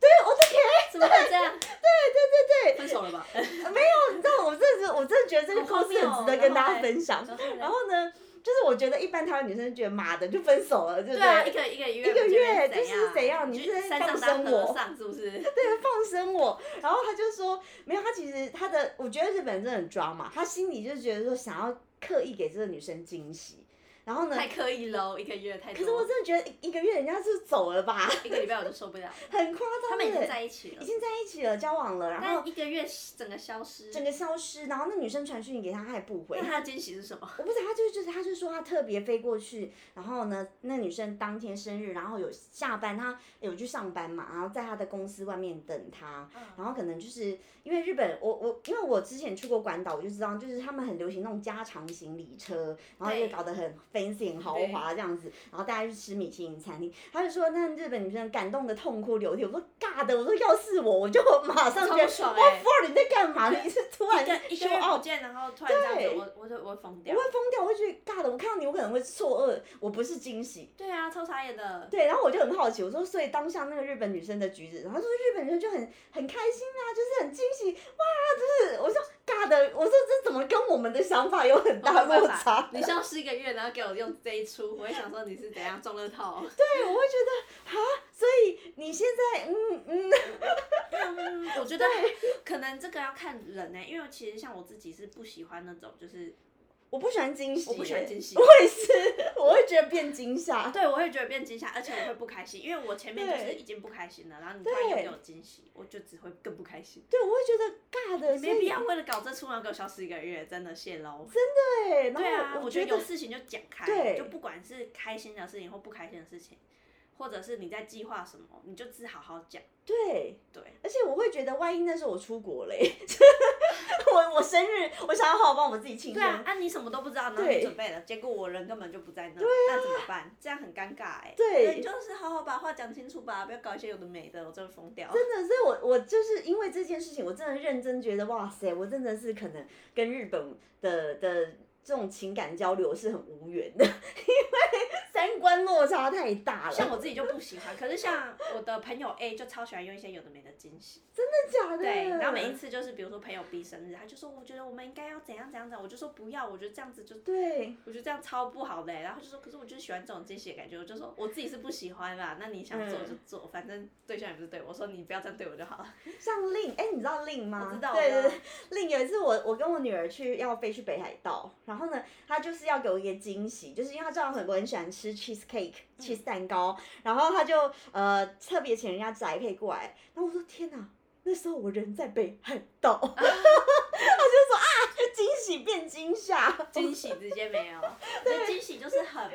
Speaker 2: 对
Speaker 1: 我
Speaker 2: 都 OK，怎么会 这样？对对对对，分手了吧？
Speaker 1: 你知道，我真的是，我真的觉得这个
Speaker 2: 好
Speaker 1: 故事很值
Speaker 2: 荒谬哦
Speaker 1: 得跟大
Speaker 2: 然后
Speaker 1: 家
Speaker 2: 嘞
Speaker 1: 分享。然
Speaker 2: 然
Speaker 1: 后呢，就是我觉得一般台湾女生觉得妈的就分手了，对不
Speaker 2: 对啊，一
Speaker 1: 对？
Speaker 2: 个一个月
Speaker 1: 一个月
Speaker 2: 不
Speaker 1: 就
Speaker 2: 见面
Speaker 1: 是怎样你
Speaker 2: 去
Speaker 1: 是在
Speaker 2: 山
Speaker 1: 放
Speaker 2: 上当
Speaker 1: 生
Speaker 2: 和
Speaker 1: 我
Speaker 2: 尚是不 是？
Speaker 1: 对，啊放生我。然后他就说没有，他其实他的，我觉得日本人真的很抓嘛，他心里就觉得说想要刻意给这个女生惊喜。然后呢，
Speaker 2: 太刻意喽，一个月太多。
Speaker 1: 可是我真的觉得一一个月人家是走了吧，
Speaker 2: 一个礼拜我就受不了了。
Speaker 1: 很夸张。欸
Speaker 2: 他们已
Speaker 1: 对
Speaker 2: 经
Speaker 1: 不对
Speaker 2: 在一起了
Speaker 1: 已，经在一起了，交往了，然后
Speaker 2: 但一个月整个消失。
Speaker 1: 整个消失，然后那女生传讯给他，他也不回
Speaker 2: 那。他的惊喜是什么？
Speaker 1: 我不知道，他就就是，他就说他特别飞过去，然后呢，那女生当天生日，然后有下班，他有去上班嘛，然后在他的公司外面等他，
Speaker 2: 嗯
Speaker 1: 然后可能就是因为日本，我我因为我之前去过关岛，我就知道，就是他们很流行那种加长型礼车，然后也
Speaker 2: 对
Speaker 1: 搞得很 fancy 很豪华这样子，然后大家去吃米其林餐厅，他就说那日本女生感动的痛哭流涕，我说尬的，我说要是我，我就马上觉得
Speaker 2: 超不爽
Speaker 1: 哇
Speaker 2: 欸
Speaker 1: f 你在干嘛？你是突然哦
Speaker 2: 一个一个
Speaker 1: show
Speaker 2: 月
Speaker 1: off
Speaker 2: 不见，然后突然这样子，
Speaker 1: 对
Speaker 2: 我我就我会疯
Speaker 1: 我
Speaker 2: 掉
Speaker 1: 会。疯掉，我会觉得尬的，我看到你我可能会错愕，我不是惊喜。
Speaker 2: 对啊，超傻眼的。
Speaker 1: 对，然后我就很好奇，我说，所以当下那个日本女生的举止，然后她说日本女生就很很开心啊，就是很惊喜，哇，就是我说尬的，我说这怎么跟我们的想法有很
Speaker 2: 我
Speaker 1: 大
Speaker 2: 哦没有
Speaker 1: 落
Speaker 2: 办
Speaker 1: 差
Speaker 2: 法，？你消失一个月，然后给我用这一出，我会想说你是怎 样中乐透？
Speaker 1: 对，我会觉得啊， 所以你现在嗯嗯，
Speaker 2: 嗯我觉得可能这个要看人呢、因为其实像我自己是不喜欢那种，就是
Speaker 1: 我不喜欢惊喜，
Speaker 2: 我不喜欢惊喜
Speaker 1: 我也是，我会觉得变惊吓。
Speaker 2: 啊对我会觉得变惊吓，而且我会不开心，因为我前面就是已经不开心了，然后你突然又
Speaker 1: 对
Speaker 2: 给我惊喜，我就只会更不开心。
Speaker 1: 对，我会觉得尬的，所
Speaker 2: 没必
Speaker 1: 以
Speaker 2: 要为了搞这出，然后给我消失一个月，真的谢喽。
Speaker 1: 对，
Speaker 2: 对
Speaker 1: 然
Speaker 2: 啊
Speaker 1: 后，
Speaker 2: 我
Speaker 1: 觉
Speaker 2: 觉
Speaker 1: 得
Speaker 2: 得有事情就讲开，
Speaker 1: 对
Speaker 2: 就不管是开心的事情或不开心的事情，或者是你在计划什么，你就只好好讲。
Speaker 1: 对，
Speaker 2: 对，
Speaker 1: 而且我会觉得，万一那时候我出国嘞， 我我生日，我想要好好帮我自己庆祝。
Speaker 2: 对啊，啊你什么都不知道，然后
Speaker 1: 对啊
Speaker 2: 你准备了，结果我人根本就不在那，那怎么办？这样很尴尬哎、
Speaker 1: 对
Speaker 2: 所以就是好好把话讲清楚吧，不要搞一些有的没的，我真的疯掉。
Speaker 1: 真的，所以我我就是因为这件事情，我真的认真觉得，哇塞，我真的是可能跟日本的的这种情感交流是很无缘的，因 为三观落差太大了。
Speaker 2: 像我自己就不喜欢，可是像我的朋友 A 就超喜欢用一些有的没的惊喜，
Speaker 1: 真的假的？
Speaker 2: 对，然后每一次就是比如说朋友 B 生日，他就说我觉得我们应该要怎样怎样怎样，我就说不要，我觉得这样子就
Speaker 1: 对，
Speaker 2: 我觉得这样超不好的、欸，然后就说，可是我就是喜欢这种惊喜的感觉，我就说我自己是不喜欢啦，那你想做就
Speaker 1: 嗯
Speaker 2: 做，反正对象也不是对我，我说你不要这样对我就好了。
Speaker 1: 像令，哎、你知道令吗？
Speaker 2: 我知道
Speaker 1: 对
Speaker 2: 我
Speaker 1: 对
Speaker 2: 知道
Speaker 1: 对，令有一次我我跟我女儿去要飞去北海道，然后呢，她就是要给我一个惊喜，就是因为她知道很多人喜欢吃 cheese cake、cheese
Speaker 2: 嗯
Speaker 1: 蛋糕，然后她就呃特别请人家宅配过来，然后我说天哪，那时候我人在北海 道，她就说啊，惊喜变惊吓，
Speaker 2: 惊喜直接没有，对，惊喜就是很，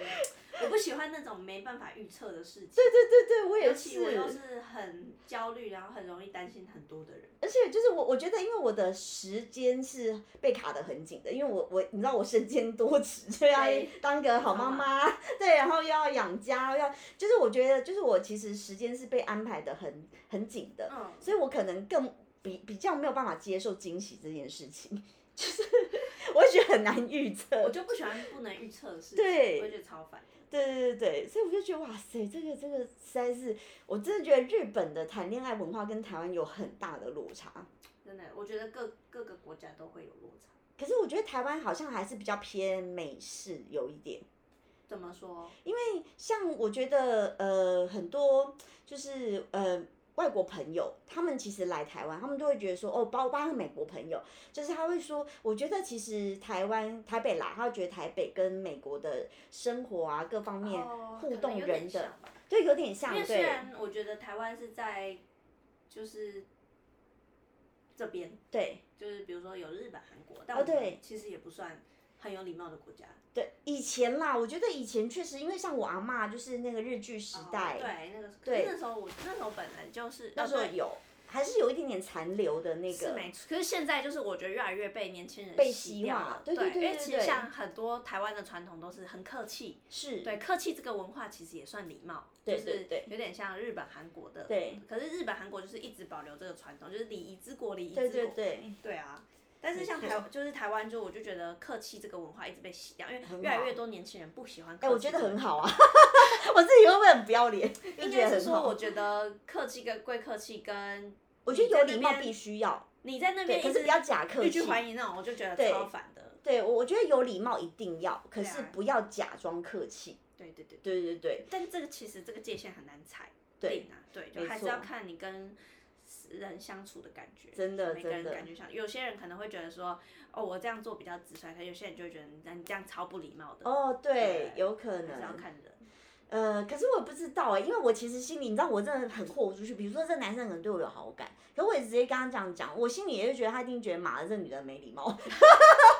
Speaker 2: 我不喜欢那种没办法预测的事情。
Speaker 1: 对对对对，我也
Speaker 2: 尤其我又
Speaker 1: 是，
Speaker 2: 是很焦虑，然后很容易担心很多的人。
Speaker 1: 而且就是我我觉得，因为我的时间是被卡得很紧的，因为我我你知道我身兼多职，就要
Speaker 2: 对
Speaker 1: 当个好妈妈，对，然后又要养家，又要就是我觉得就是我其实时间是被安排的很很紧的，
Speaker 2: 嗯，
Speaker 1: 所以我可能更比比较没有办法接受惊喜这件事情，就是 我会觉得很难预
Speaker 2: 我
Speaker 1: 测。
Speaker 2: 就不喜欢不能预测的事情，
Speaker 1: 对
Speaker 2: 我就觉得超烦。
Speaker 1: 对对对对，所以我就觉得哇塞，这个这个实在是，我真的觉得日本的谈恋爱文化跟台湾有很大的落差。
Speaker 2: 真的，我觉得各各个国家都会有落差。
Speaker 1: 可是我觉得台湾好像还是比较偏美式有一点，
Speaker 2: 怎么说？
Speaker 1: 因为像我觉得呃很多就是呃外国朋友，他们其实来台湾，他们都会觉得说哦，包括美国朋友，就是他会说，我觉得其实台湾台北啦，他会觉得台北跟美国的生活啊各方面
Speaker 2: 哦
Speaker 1: 互
Speaker 2: 可能
Speaker 1: 动
Speaker 2: 有点
Speaker 1: 人
Speaker 2: 像
Speaker 1: 的，
Speaker 2: 吧
Speaker 1: 对，有点像
Speaker 2: 因为虽
Speaker 1: 对
Speaker 2: 然我觉得台湾是在就是这边，
Speaker 1: 对
Speaker 2: 就是比如说有日本、韩国，但
Speaker 1: 哦
Speaker 2: 我们
Speaker 1: 对
Speaker 2: 其实也不算很有礼貌的国家。
Speaker 1: 对，以前啦，我觉得以前确实，因为像我阿嬷就是那个日剧时代，
Speaker 2: 哦对，那个可是
Speaker 1: 对
Speaker 2: 那时候我那时候本来就是
Speaker 1: 那时候
Speaker 2: 哦对
Speaker 1: 有还是有一点点残留的那个，
Speaker 2: 是没错，可是现在就是我觉得越来越被年轻人
Speaker 1: 被
Speaker 2: 洗
Speaker 1: 洗
Speaker 2: 掉
Speaker 1: 脑
Speaker 2: 了，
Speaker 1: 对对对
Speaker 2: 因为
Speaker 1: 对
Speaker 2: 其实
Speaker 1: 对
Speaker 2: 像很多台湾的传统都是很客气，
Speaker 1: 是
Speaker 2: 对，客气这个文化其实也算礼貌，
Speaker 1: 对
Speaker 2: 就是
Speaker 1: 对对
Speaker 2: 有点像日本、韩国的。
Speaker 1: 对。
Speaker 2: 可是日本、韩国就是一直保留这个传统，就是礼仪之国，礼仪之国。
Speaker 1: 对对对，
Speaker 2: 对啊，但是像
Speaker 1: 没
Speaker 2: 台
Speaker 1: 错
Speaker 2: 就是台湾，就我就觉得客气这个文化一直被洗掉，因为
Speaker 1: 很好
Speaker 2: 越来越多年轻人不喜欢客
Speaker 1: 哎、
Speaker 2: 气。
Speaker 1: 我觉得很。好 啊，我自己会不会很不要脸？就
Speaker 2: 应
Speaker 1: 觉
Speaker 2: 该
Speaker 1: 得
Speaker 2: 是
Speaker 1: 很
Speaker 2: 说，
Speaker 1: 好。
Speaker 2: 我觉得客气跟归客气，跟
Speaker 1: 我觉得有礼貌
Speaker 2: 你在那边
Speaker 1: 必须要，
Speaker 2: 你在那
Speaker 1: 对，
Speaker 2: 边一直
Speaker 1: 可是不要假客
Speaker 2: 欲
Speaker 1: 气
Speaker 2: 拒。还迎那种，我就觉得
Speaker 1: 对
Speaker 2: 超烦的。
Speaker 1: 对我，我觉得有礼貌一定要，可
Speaker 2: 对啊
Speaker 1: 是不要假装客气。
Speaker 2: 对对对对。
Speaker 1: 对对对
Speaker 2: 但这个其实这个界限很难踩
Speaker 1: 对，
Speaker 2: 定啊，对，就
Speaker 1: 没
Speaker 2: 还是
Speaker 1: 错
Speaker 2: 要看你跟人相处的感觉，
Speaker 1: 真的
Speaker 2: 每个人
Speaker 1: 真的
Speaker 2: 感觉上，有些人可能会觉得说，哦，我这样做比较直率，可有些人就会觉得你这样你这样超不礼貌的。
Speaker 1: 哦，对
Speaker 2: 对，
Speaker 1: 有可
Speaker 2: 还是要
Speaker 1: 能。
Speaker 2: 看人，
Speaker 1: 呃，可是我也不知道哎、因为我其实心里，你知道，我真的很豁出去。比如说，这男生可能对我有好感，可我也直接跟他这样讲，我心里也是觉得他一定觉得妈的这女的没礼貌。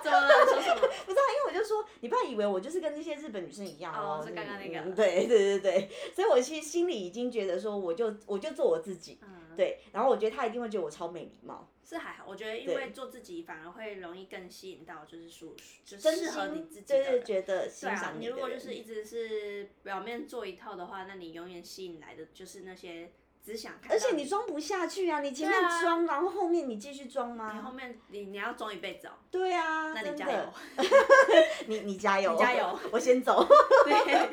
Speaker 2: 怎么了？说什么？
Speaker 1: 不知道，因为我就说，你不要以为我就是跟那些日本女生一样嗯
Speaker 2: 哦是刚刚那个
Speaker 1: 嗯对对对对，所以我其实心里已经觉得说，我就我就做我自己，
Speaker 2: 嗯，
Speaker 1: 对，然后我觉得他一定会觉得我超没礼貌。
Speaker 2: 是还好，我觉得因为做自己反而会容易更吸引到就是属就
Speaker 1: 真
Speaker 2: 适合你
Speaker 1: 心
Speaker 2: 自己的
Speaker 1: 就
Speaker 2: 人。
Speaker 1: 是觉得欣
Speaker 2: 对啊，
Speaker 1: 赏
Speaker 2: 你
Speaker 1: 的
Speaker 2: 如果就
Speaker 1: 人
Speaker 2: 是一直是表面做一套的话，那你永远吸引来的就是那些只想看到。
Speaker 1: 而且你装不下去啊，你前面
Speaker 2: 对啊
Speaker 1: 装，然后后面你继续装
Speaker 2: 你
Speaker 1: 吗？
Speaker 2: 后面你你要装一辈子哦，
Speaker 1: 对啊，
Speaker 2: 那
Speaker 1: 真
Speaker 2: 你加
Speaker 1: 的
Speaker 2: 油。
Speaker 1: 你你加油，
Speaker 2: 你加油，
Speaker 1: 我先 走。
Speaker 2: 对，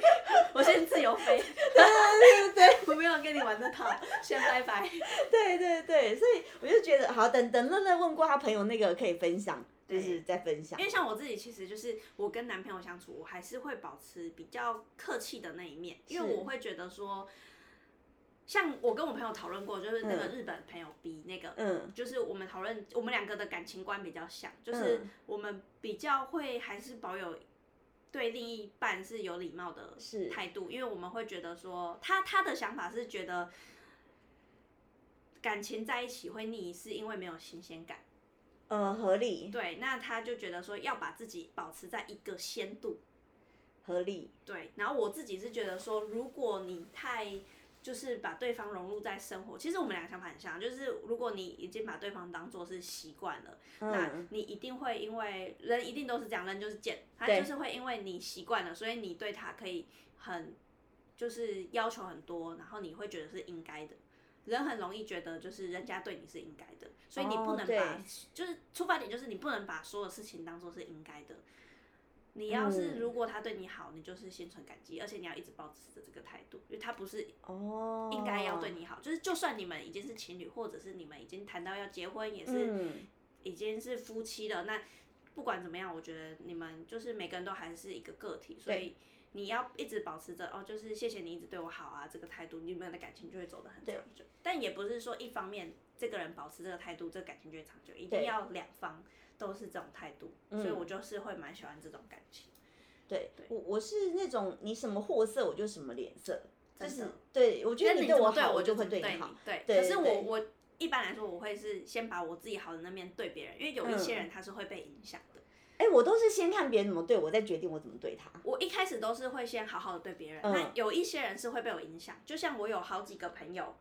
Speaker 2: 我先自由飞。
Speaker 1: 对对对
Speaker 2: 我没有跟你玩那套，先拜拜。
Speaker 1: 对对对，所以我就觉得好，等等乐乐问过他朋友那个可以分享，就
Speaker 2: 对
Speaker 1: 是再分享
Speaker 2: 因。为像我自己，其实就是我跟男朋友相处，我还是会保持比较客气的那一面，因为
Speaker 1: 是
Speaker 2: 我会觉得说，像我跟我朋友讨论过，就是那个
Speaker 1: 嗯
Speaker 2: 日本朋友比那个，
Speaker 1: 嗯，
Speaker 2: 就是我们讨论我们两个的感情观比较像，就是
Speaker 1: 嗯
Speaker 2: 我们比较会还是保有对另一半是有礼貌的
Speaker 1: 是
Speaker 2: 态度，因为我们会觉得说他他的想法是觉得感情在一起会腻，是因为没有新鲜感。
Speaker 1: 呃，合理
Speaker 2: 对，那他就觉得说要把自己保持在一个鲜度。
Speaker 1: 合理，
Speaker 2: 对，然后我自己是觉得说，如果你太就是把对方融入在生活，其实我们两个想法很像，就是如果你已经把对方当做是习惯了，那
Speaker 1: 嗯，
Speaker 2: 你一定会因为人一定都是这样，人就是贱，他
Speaker 1: 对
Speaker 2: 就是会因为你习惯了，所以你对他可以很就是要求很多，然后你会觉得是应该的。人很容易觉得就是人家对你是应该的，所以你不
Speaker 1: 哦
Speaker 2: 能
Speaker 1: 对
Speaker 2: 把、就是出发点就是你不能把所有事情当做是应该的。你要是
Speaker 1: 嗯
Speaker 2: 如果他对你好，你就是心存感激，而且你要一直保持着这个态度，因为他不是
Speaker 1: 哦，
Speaker 2: 应该要对你好，就是就算你们已经是情侣，或者是你们已经谈到要结婚，也是、
Speaker 1: 嗯
Speaker 2: 已经是夫妻了，那不管怎么样，我觉得你们就是每个人都还是一个个体，所以你要一直保持着哦，就是谢谢你一直对我好啊这个态度，你们的感情就会走得很长久。但也不是说一方面这个人保持这个态度，这个感情就会长久，一定
Speaker 1: 对
Speaker 2: 要两方都是这种态度。
Speaker 1: 嗯
Speaker 2: 所以我就是会蛮喜欢这种感情。
Speaker 1: 对
Speaker 2: 对
Speaker 1: 我我是那种你什么货色我就什么脸色，就
Speaker 2: 真
Speaker 1: 是
Speaker 2: 的
Speaker 1: 嗯对我觉
Speaker 2: 但
Speaker 1: 得
Speaker 2: 是
Speaker 1: 你
Speaker 2: 怎
Speaker 1: 对
Speaker 2: 么
Speaker 1: 我
Speaker 2: 对
Speaker 1: 好，我
Speaker 2: 就
Speaker 1: 就会
Speaker 2: 怎么
Speaker 1: 你
Speaker 2: 对
Speaker 1: 好。。
Speaker 2: 对，
Speaker 1: 对
Speaker 2: 可是我
Speaker 1: 对
Speaker 2: 我一般来说我会是先把我自己好的那面对别人，因为有一些
Speaker 1: 嗯
Speaker 2: 人他是会被影响的。
Speaker 1: 哎、我都是先看别人怎么对我，再决定我怎么对他。
Speaker 2: 我一开始都是会先好好的对别人，
Speaker 1: 嗯
Speaker 2: 那、有一些人是会被我影响，就像我有好几个朋友，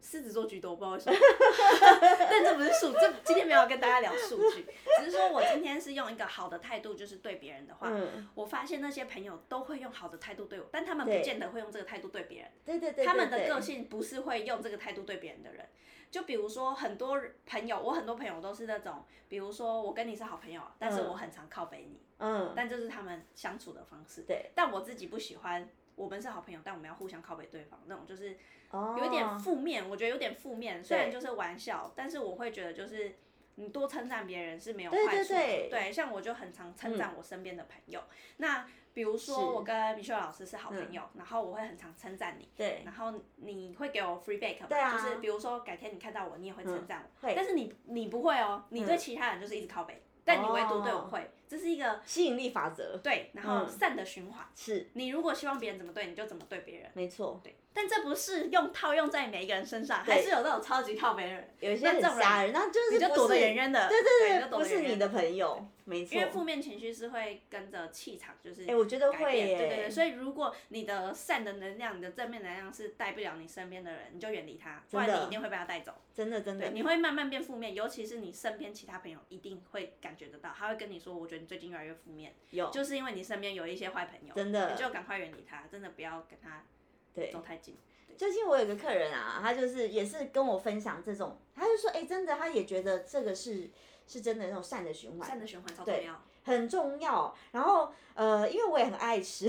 Speaker 2: 狮子座居多，不知道为什么， 但这不是数，这今天没有跟大家聊数据，只是说我今天是用一个好的态度，就是对别人的话。
Speaker 1: 嗯，
Speaker 2: 我发现那些朋友都会用好的态度对我，但他们
Speaker 1: 对
Speaker 2: 不见得会用这个态度对别人。
Speaker 1: 对对对对
Speaker 2: 他们的
Speaker 1: 对
Speaker 2: 个性不是会用这个态度对别人的人。就比如说很多人朋友，我很多朋友都是那种，比如说我跟你是好朋友，但是
Speaker 1: 嗯
Speaker 2: 我很常靠北你，
Speaker 1: 嗯，
Speaker 2: 但这是他们相处的方式。
Speaker 1: 对，
Speaker 2: 但我自己不喜欢，我们是好朋友，但我们要互相靠北对方，那种就是
Speaker 1: 哦，
Speaker 2: 有点负面，我觉得有点负面。虽然就是玩笑，但是我会觉得就是你多称赞别人是没有
Speaker 1: 对
Speaker 2: 坏
Speaker 1: 对
Speaker 2: 处的。
Speaker 1: 对嗯
Speaker 2: 像我就很常称赞我身边的朋友。那比如
Speaker 1: 是嗯
Speaker 2: 说我跟米秀老师是好朋友，然后我会很常称赞你，
Speaker 1: 对，
Speaker 2: 然后你会给我 free back 吧？
Speaker 1: 对啊嗯
Speaker 2: 就是比如说改天你看到我，你也会称赞我，
Speaker 1: 会嗯
Speaker 2: 但是你你不会哦，你对其他人就是一直靠北，但你唯独对我
Speaker 1: 哦
Speaker 2: 会，这是一个。
Speaker 1: 吸引力法则
Speaker 2: 对，然后
Speaker 1: 嗯
Speaker 2: 善的循环。
Speaker 1: 是
Speaker 2: 你如果希望别人怎么对你，就怎么对别人。
Speaker 1: 没错，
Speaker 2: 对，但这不是用套用在每一个人身上，
Speaker 1: 对
Speaker 2: 还是有那种超级靠别人，
Speaker 1: 有一些
Speaker 2: 那
Speaker 1: 很
Speaker 2: 这种人
Speaker 1: 瞎人，那就是
Speaker 2: 你就
Speaker 1: 不
Speaker 2: 躲得
Speaker 1: 是
Speaker 2: 远远的。
Speaker 1: 对
Speaker 2: 对
Speaker 1: 对对，不是你的。朋友，没错
Speaker 2: 因。为负面情绪是会跟着气场，就是
Speaker 1: 哎我觉得
Speaker 2: 改
Speaker 1: 会
Speaker 2: 变
Speaker 1: 耶
Speaker 2: 对对对，所以如果你的善的能量、你的正面能量是带不了你身边的人，你就远离他，不
Speaker 1: 真的
Speaker 2: 然你一定会被他带走。
Speaker 1: 真的真哦
Speaker 2: 对，
Speaker 1: 的，
Speaker 2: 你会慢慢变负面，尤其是你身边其他朋友一定会感觉得到，他会跟你说：“我觉得你最近越来越负面。”
Speaker 1: 有
Speaker 2: 就是因为你身边有一些坏朋友，
Speaker 1: 真的
Speaker 2: 你就赶快远离他，真的不要跟他
Speaker 1: 对
Speaker 2: 走太近。
Speaker 1: 最近我有个客人啊，他就是也是跟我分享这种，他就说，哎、真的，他也觉得这个是是真的那种善的循环，
Speaker 2: 善的循环超重要，
Speaker 1: 很重要。然后呃，因为我也很爱吃，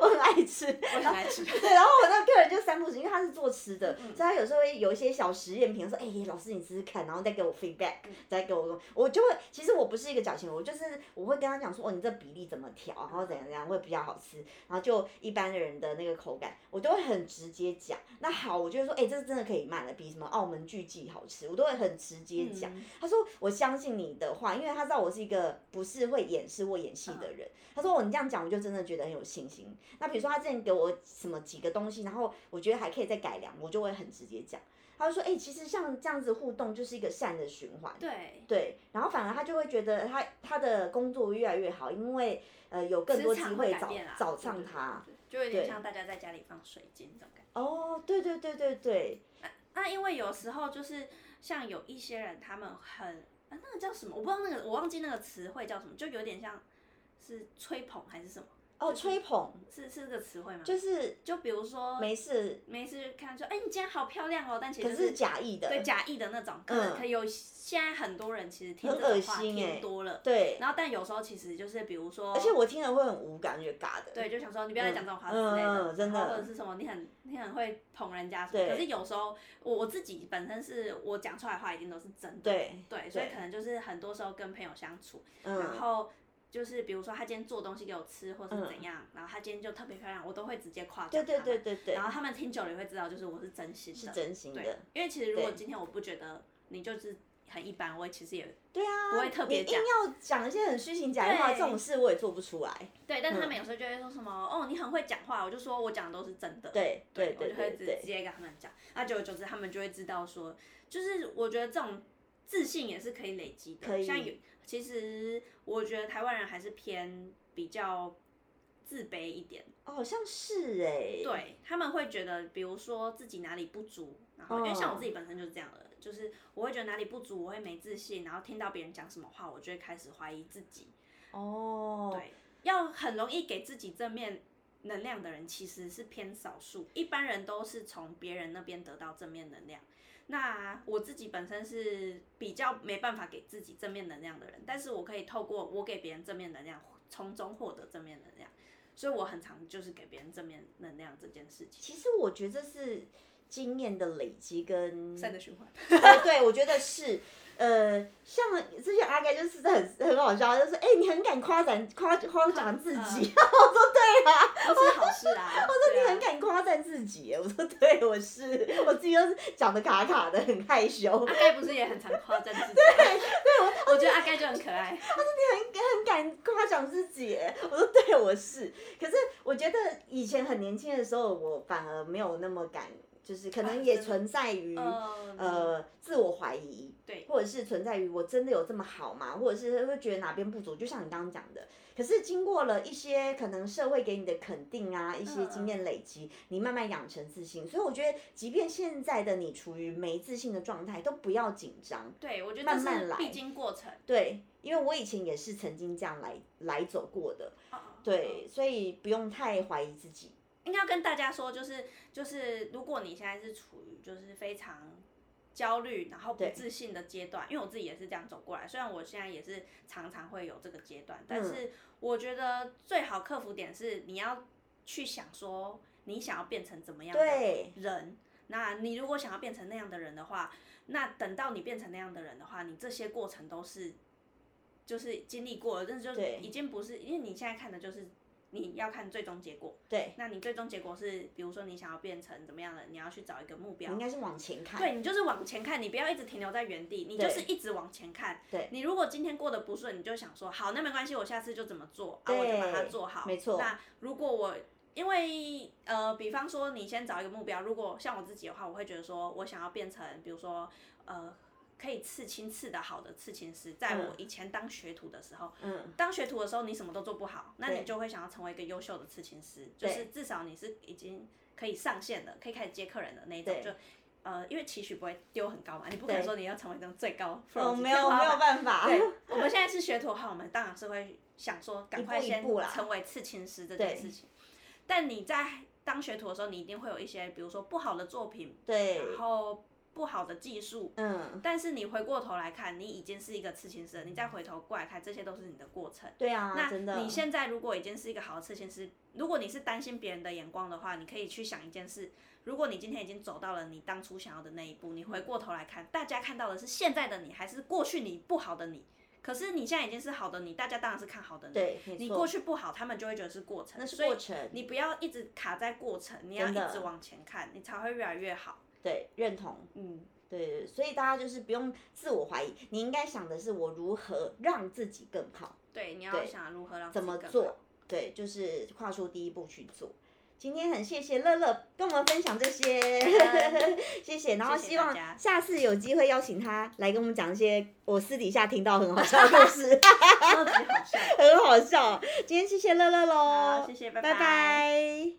Speaker 1: 我很爱吃。
Speaker 2: 我也 来吃。
Speaker 1: 对，然后我那个客人就三不五时，因为他是做吃的，所以他有时候会有一些小实验品，说：“哎、老师你试试看，然后再给我 feedback，、再给我，我就会。其实我不是一个矫情人，我就是我会跟他讲说，哦，你这比例怎么调，然后怎样怎样会比较好吃，然后就一般的人的那个口感，我都会很直接讲。那好，我就会说，哎、这真的可以卖了，比什么澳门巨记好吃，我都会很直接讲。
Speaker 2: 嗯
Speaker 1: 他说我相信你的话，因为他知道我是一个不是会掩饰或演戏
Speaker 2: 嗯
Speaker 1: 的人。他说哦，你这样讲，我就真的觉得很有信心。那比如说他之前给我什么几个东西，然后我觉得还可以再改良，我就会很直接讲。他就说，哎、其实像这样子互动就是一个善的循环。
Speaker 2: 对，
Speaker 1: 对，然后反而他就会觉得他他的工作越来越好，因为呃有更多
Speaker 2: 职
Speaker 1: 机
Speaker 2: 场
Speaker 1: 会
Speaker 2: 改
Speaker 1: 找
Speaker 2: 变啦
Speaker 1: 找
Speaker 2: 对
Speaker 1: 上
Speaker 2: 对对
Speaker 1: 他。
Speaker 2: 对就有
Speaker 1: 对
Speaker 2: 点像大家在家里放水晶这种感觉。
Speaker 1: 哦，对对对对对，
Speaker 2: 那因为有时候就是像有一些人，他们很啊，那个叫什么？我不知道那个，我忘记那个词汇叫什么，就有点像是吹捧还是什么？
Speaker 1: 哦，
Speaker 2: 就是
Speaker 1: 吹捧
Speaker 2: 是是这个词汇吗？就
Speaker 1: 就是
Speaker 2: 就比如说
Speaker 1: 没事，
Speaker 2: 没事就看说，哎、你今天好漂亮哦，但其实、
Speaker 1: 可
Speaker 2: 就是
Speaker 1: 假意的，
Speaker 2: 对假意的那种，可
Speaker 1: 嗯
Speaker 2: 能可有现在很多人其实听这
Speaker 1: 很
Speaker 2: 种
Speaker 1: 恶
Speaker 2: 话
Speaker 1: 心欸
Speaker 2: 听多了，
Speaker 1: 对
Speaker 2: 然后但有时候其实就是比如说，
Speaker 1: 而且我听了会很无感，觉得尬的。
Speaker 2: 对，就想说你不要再讲这种话之
Speaker 1: 嗯
Speaker 2: 类
Speaker 1: 嗯
Speaker 2: 的，
Speaker 1: 嗯真的
Speaker 2: 然后或者是什么，你很你很会捧人家什么。
Speaker 1: 对
Speaker 2: 可是有时候我我自己本身是我讲出来的话一定都是真的，
Speaker 1: 对
Speaker 2: 对，所以
Speaker 1: 对
Speaker 2: 可能就是很多时候跟朋友相处，然
Speaker 1: 嗯，
Speaker 2: 后就是比如说他今天做东西给我吃，或是怎样，然后他今天就特别漂亮，我都会直接夸
Speaker 1: 对
Speaker 2: 奖 他
Speaker 1: 对
Speaker 2: 们。
Speaker 1: 对对对
Speaker 2: 然，后他们听久了也会知道，就是我是真心的，
Speaker 1: 是真心
Speaker 2: 对
Speaker 1: 的。，
Speaker 2: 因为其实如果
Speaker 1: 对
Speaker 2: 今天我不觉得你就是很一般，我其实也
Speaker 1: 对啊，
Speaker 2: 不会特别
Speaker 1: 你硬要讲一些很虚情假意的话，
Speaker 2: 对
Speaker 1: 这种事我也做不出来。
Speaker 2: 对，但
Speaker 1: 嗯
Speaker 2: 他们有时候就会说什么、哦，你很会讲话，我就说我讲的都是真的。
Speaker 1: 对对
Speaker 2: 我
Speaker 1: 对
Speaker 2: 就
Speaker 1: 对
Speaker 2: 会直直
Speaker 1: 对，
Speaker 2: 接跟他们讲。那久而久之，他们就会知道说，就是我觉得这种自信也是可以累积的。
Speaker 1: 可以
Speaker 2: 像有，其实我觉得台湾人还是偏比较自卑一点，
Speaker 1: 哦，好像是哎。
Speaker 2: 对他们会觉得，比如说自己哪里不足，然后因为像
Speaker 1: 哦
Speaker 2: 我自己本身就是这样的，就是我会觉得哪里不足，我会没自信，然后听到别人讲什么话，我就会开始怀疑自己。
Speaker 1: 哦，
Speaker 2: 对，要很容易给自己正面能量的人其实是偏少数，一般人都是从别人那边得到正面能量。那我自己本身是比较没办法给自己正面能量的人，但是我可以透过我给别人正面能量，从中获得正面能量，所以我很常就是给别人正面能量这件事情。
Speaker 1: 其实我觉得是经验的累积跟
Speaker 2: 善的循环，
Speaker 1: 对对，我觉得是。呃，像之前阿该就是很很好笑，就是哎、你很敢夸赞夸夸奖自
Speaker 2: 嗯
Speaker 1: 己，
Speaker 2: 都是好事啊。我
Speaker 1: 说你很敢夸赞自己耶，我说对，我是我自己都是讲的卡卡的，很害羞，
Speaker 2: 阿该不是也很常夸赞自己吗？我觉得阿该就很可爱。
Speaker 1: 很敢夸奖自己 耶，我说对，我是。可是我觉得以前很年轻的时候，我反而没有那么敢，就是可能也存在于、
Speaker 2: 嗯，
Speaker 1: 呃自我怀疑，
Speaker 2: 对
Speaker 1: 或者是存在于我真的有这么好吗？或者是会觉得哪边不足，就像你刚刚讲的。可是经过了一些可能社会给你的肯定
Speaker 2: 嗯
Speaker 1: 啊，一些经验累积，你慢慢养成自信。所以我觉得，即便现在的你处于没自信的状态，都不要紧张。
Speaker 2: 对，我觉得这
Speaker 1: 慢慢
Speaker 2: 是
Speaker 1: 来
Speaker 2: 必经过程。
Speaker 1: 对，因为我以前也是曾经这样来来走过的，
Speaker 2: 哦
Speaker 1: 对，所以不用太怀疑自己。
Speaker 2: 应该要跟大家说，就是就是，如果你现在是处于就是非常焦虑，然后不
Speaker 1: 对
Speaker 2: 自信的阶段，因为我自己也是这样走过来，虽然我现在也是常常会有这个阶段，但
Speaker 1: 嗯
Speaker 2: 是我觉得最好克服点是你要去想说你想要变成怎么样的
Speaker 1: 对
Speaker 2: 人。那你如果想要变成那样的人的话，那等到你变成那样的人的话，你这些过程都是就是经历过了，但是就
Speaker 1: 对
Speaker 2: 已经不是，因为你现在看的就是你要看最终结果。
Speaker 1: 对，
Speaker 2: 那你最终结果是，比如说你想要变成怎么样的，你要去找一个目
Speaker 1: 你
Speaker 2: 标
Speaker 1: 应。该是往前看。
Speaker 2: 对你就是往前看，你不要一直停留在原地，你
Speaker 1: 对
Speaker 2: 就是一直往前看。
Speaker 1: 对
Speaker 2: 你如果今天过得不顺，你就想说，好，那没关系，我下次就怎么做啊，我就把它
Speaker 1: 对
Speaker 2: 做好。
Speaker 1: 没错
Speaker 2: 那如果我因为呃，比方说你先找一个目标，如果像我自己的话，我会觉得说我想要变成，比如说呃，可以刺青刺的好的刺青师。在我以前当学徒的时候，
Speaker 1: 嗯，
Speaker 2: 当学徒的时候，你什么都做不好，那
Speaker 1: 对
Speaker 2: 你就会想要成为一个优秀的刺青师，就是至少你是已经可以上线的，可以开始接客人的那一种
Speaker 1: 对。
Speaker 2: 就呃，因为期许不会丢很高嘛，你不可能
Speaker 1: 对
Speaker 2: 说你要成为那种最高。
Speaker 1: 哦，没有没有办法。
Speaker 2: 对，我们现在是学徒的话，我们当然是会想说，赶快
Speaker 1: 一步一
Speaker 2: 先
Speaker 1: 步啦
Speaker 2: 成为刺青师这件
Speaker 1: 对
Speaker 2: 事情。但你在当学徒的时候，你一定会有一些，比如说不好的作品，
Speaker 1: 对，
Speaker 2: 然后不好的技术，
Speaker 1: 嗯，
Speaker 2: 但是你回过头来看，你已经是一个刺青师了，你再回头过来看，这些都是你的过程。
Speaker 1: 对啊，真
Speaker 2: 那
Speaker 1: 的。
Speaker 2: 你现在如果已经是一个好的刺青师，如果你是担心别人的眼光的话，你可以去想一件事：如果你今天已经走到了你当初想要的那一步，你回过头来看，大家看到的是现在的你，还是过去你不好的你？可是你现在已经是好的你，大家当然是看好的你。
Speaker 1: 对，没
Speaker 2: 你
Speaker 1: 错
Speaker 2: 过去不好，他们就会觉得是过程。
Speaker 1: 那是
Speaker 2: 所以
Speaker 1: 过程
Speaker 2: 你不要一直卡在过程，你要
Speaker 1: 真的
Speaker 2: 一直往前看，你才会越来越好。
Speaker 1: 对认同。
Speaker 2: 嗯，
Speaker 1: 对对，对所以大家就是不用自我怀疑，你应该想的是我如何让自己更好，
Speaker 2: 对，你要
Speaker 1: 对
Speaker 2: 想如何让
Speaker 1: 怎
Speaker 2: 自
Speaker 1: 么
Speaker 2: 己更好
Speaker 1: 做？对，就是跨出第一步去做。今天很谢谢乐乐跟我们分享这些， 谢谢。然后
Speaker 2: 谢谢
Speaker 1: 希
Speaker 2: 大
Speaker 1: 望
Speaker 2: 家
Speaker 1: 下次有机会邀请他来跟我们讲一些我私底下听到很好笑的故事，
Speaker 2: 超级好笑。
Speaker 1: 很好笑。今天谢谢乐乐
Speaker 2: 好，
Speaker 1: 喽
Speaker 2: 谢，谢，拜
Speaker 1: 拜拜。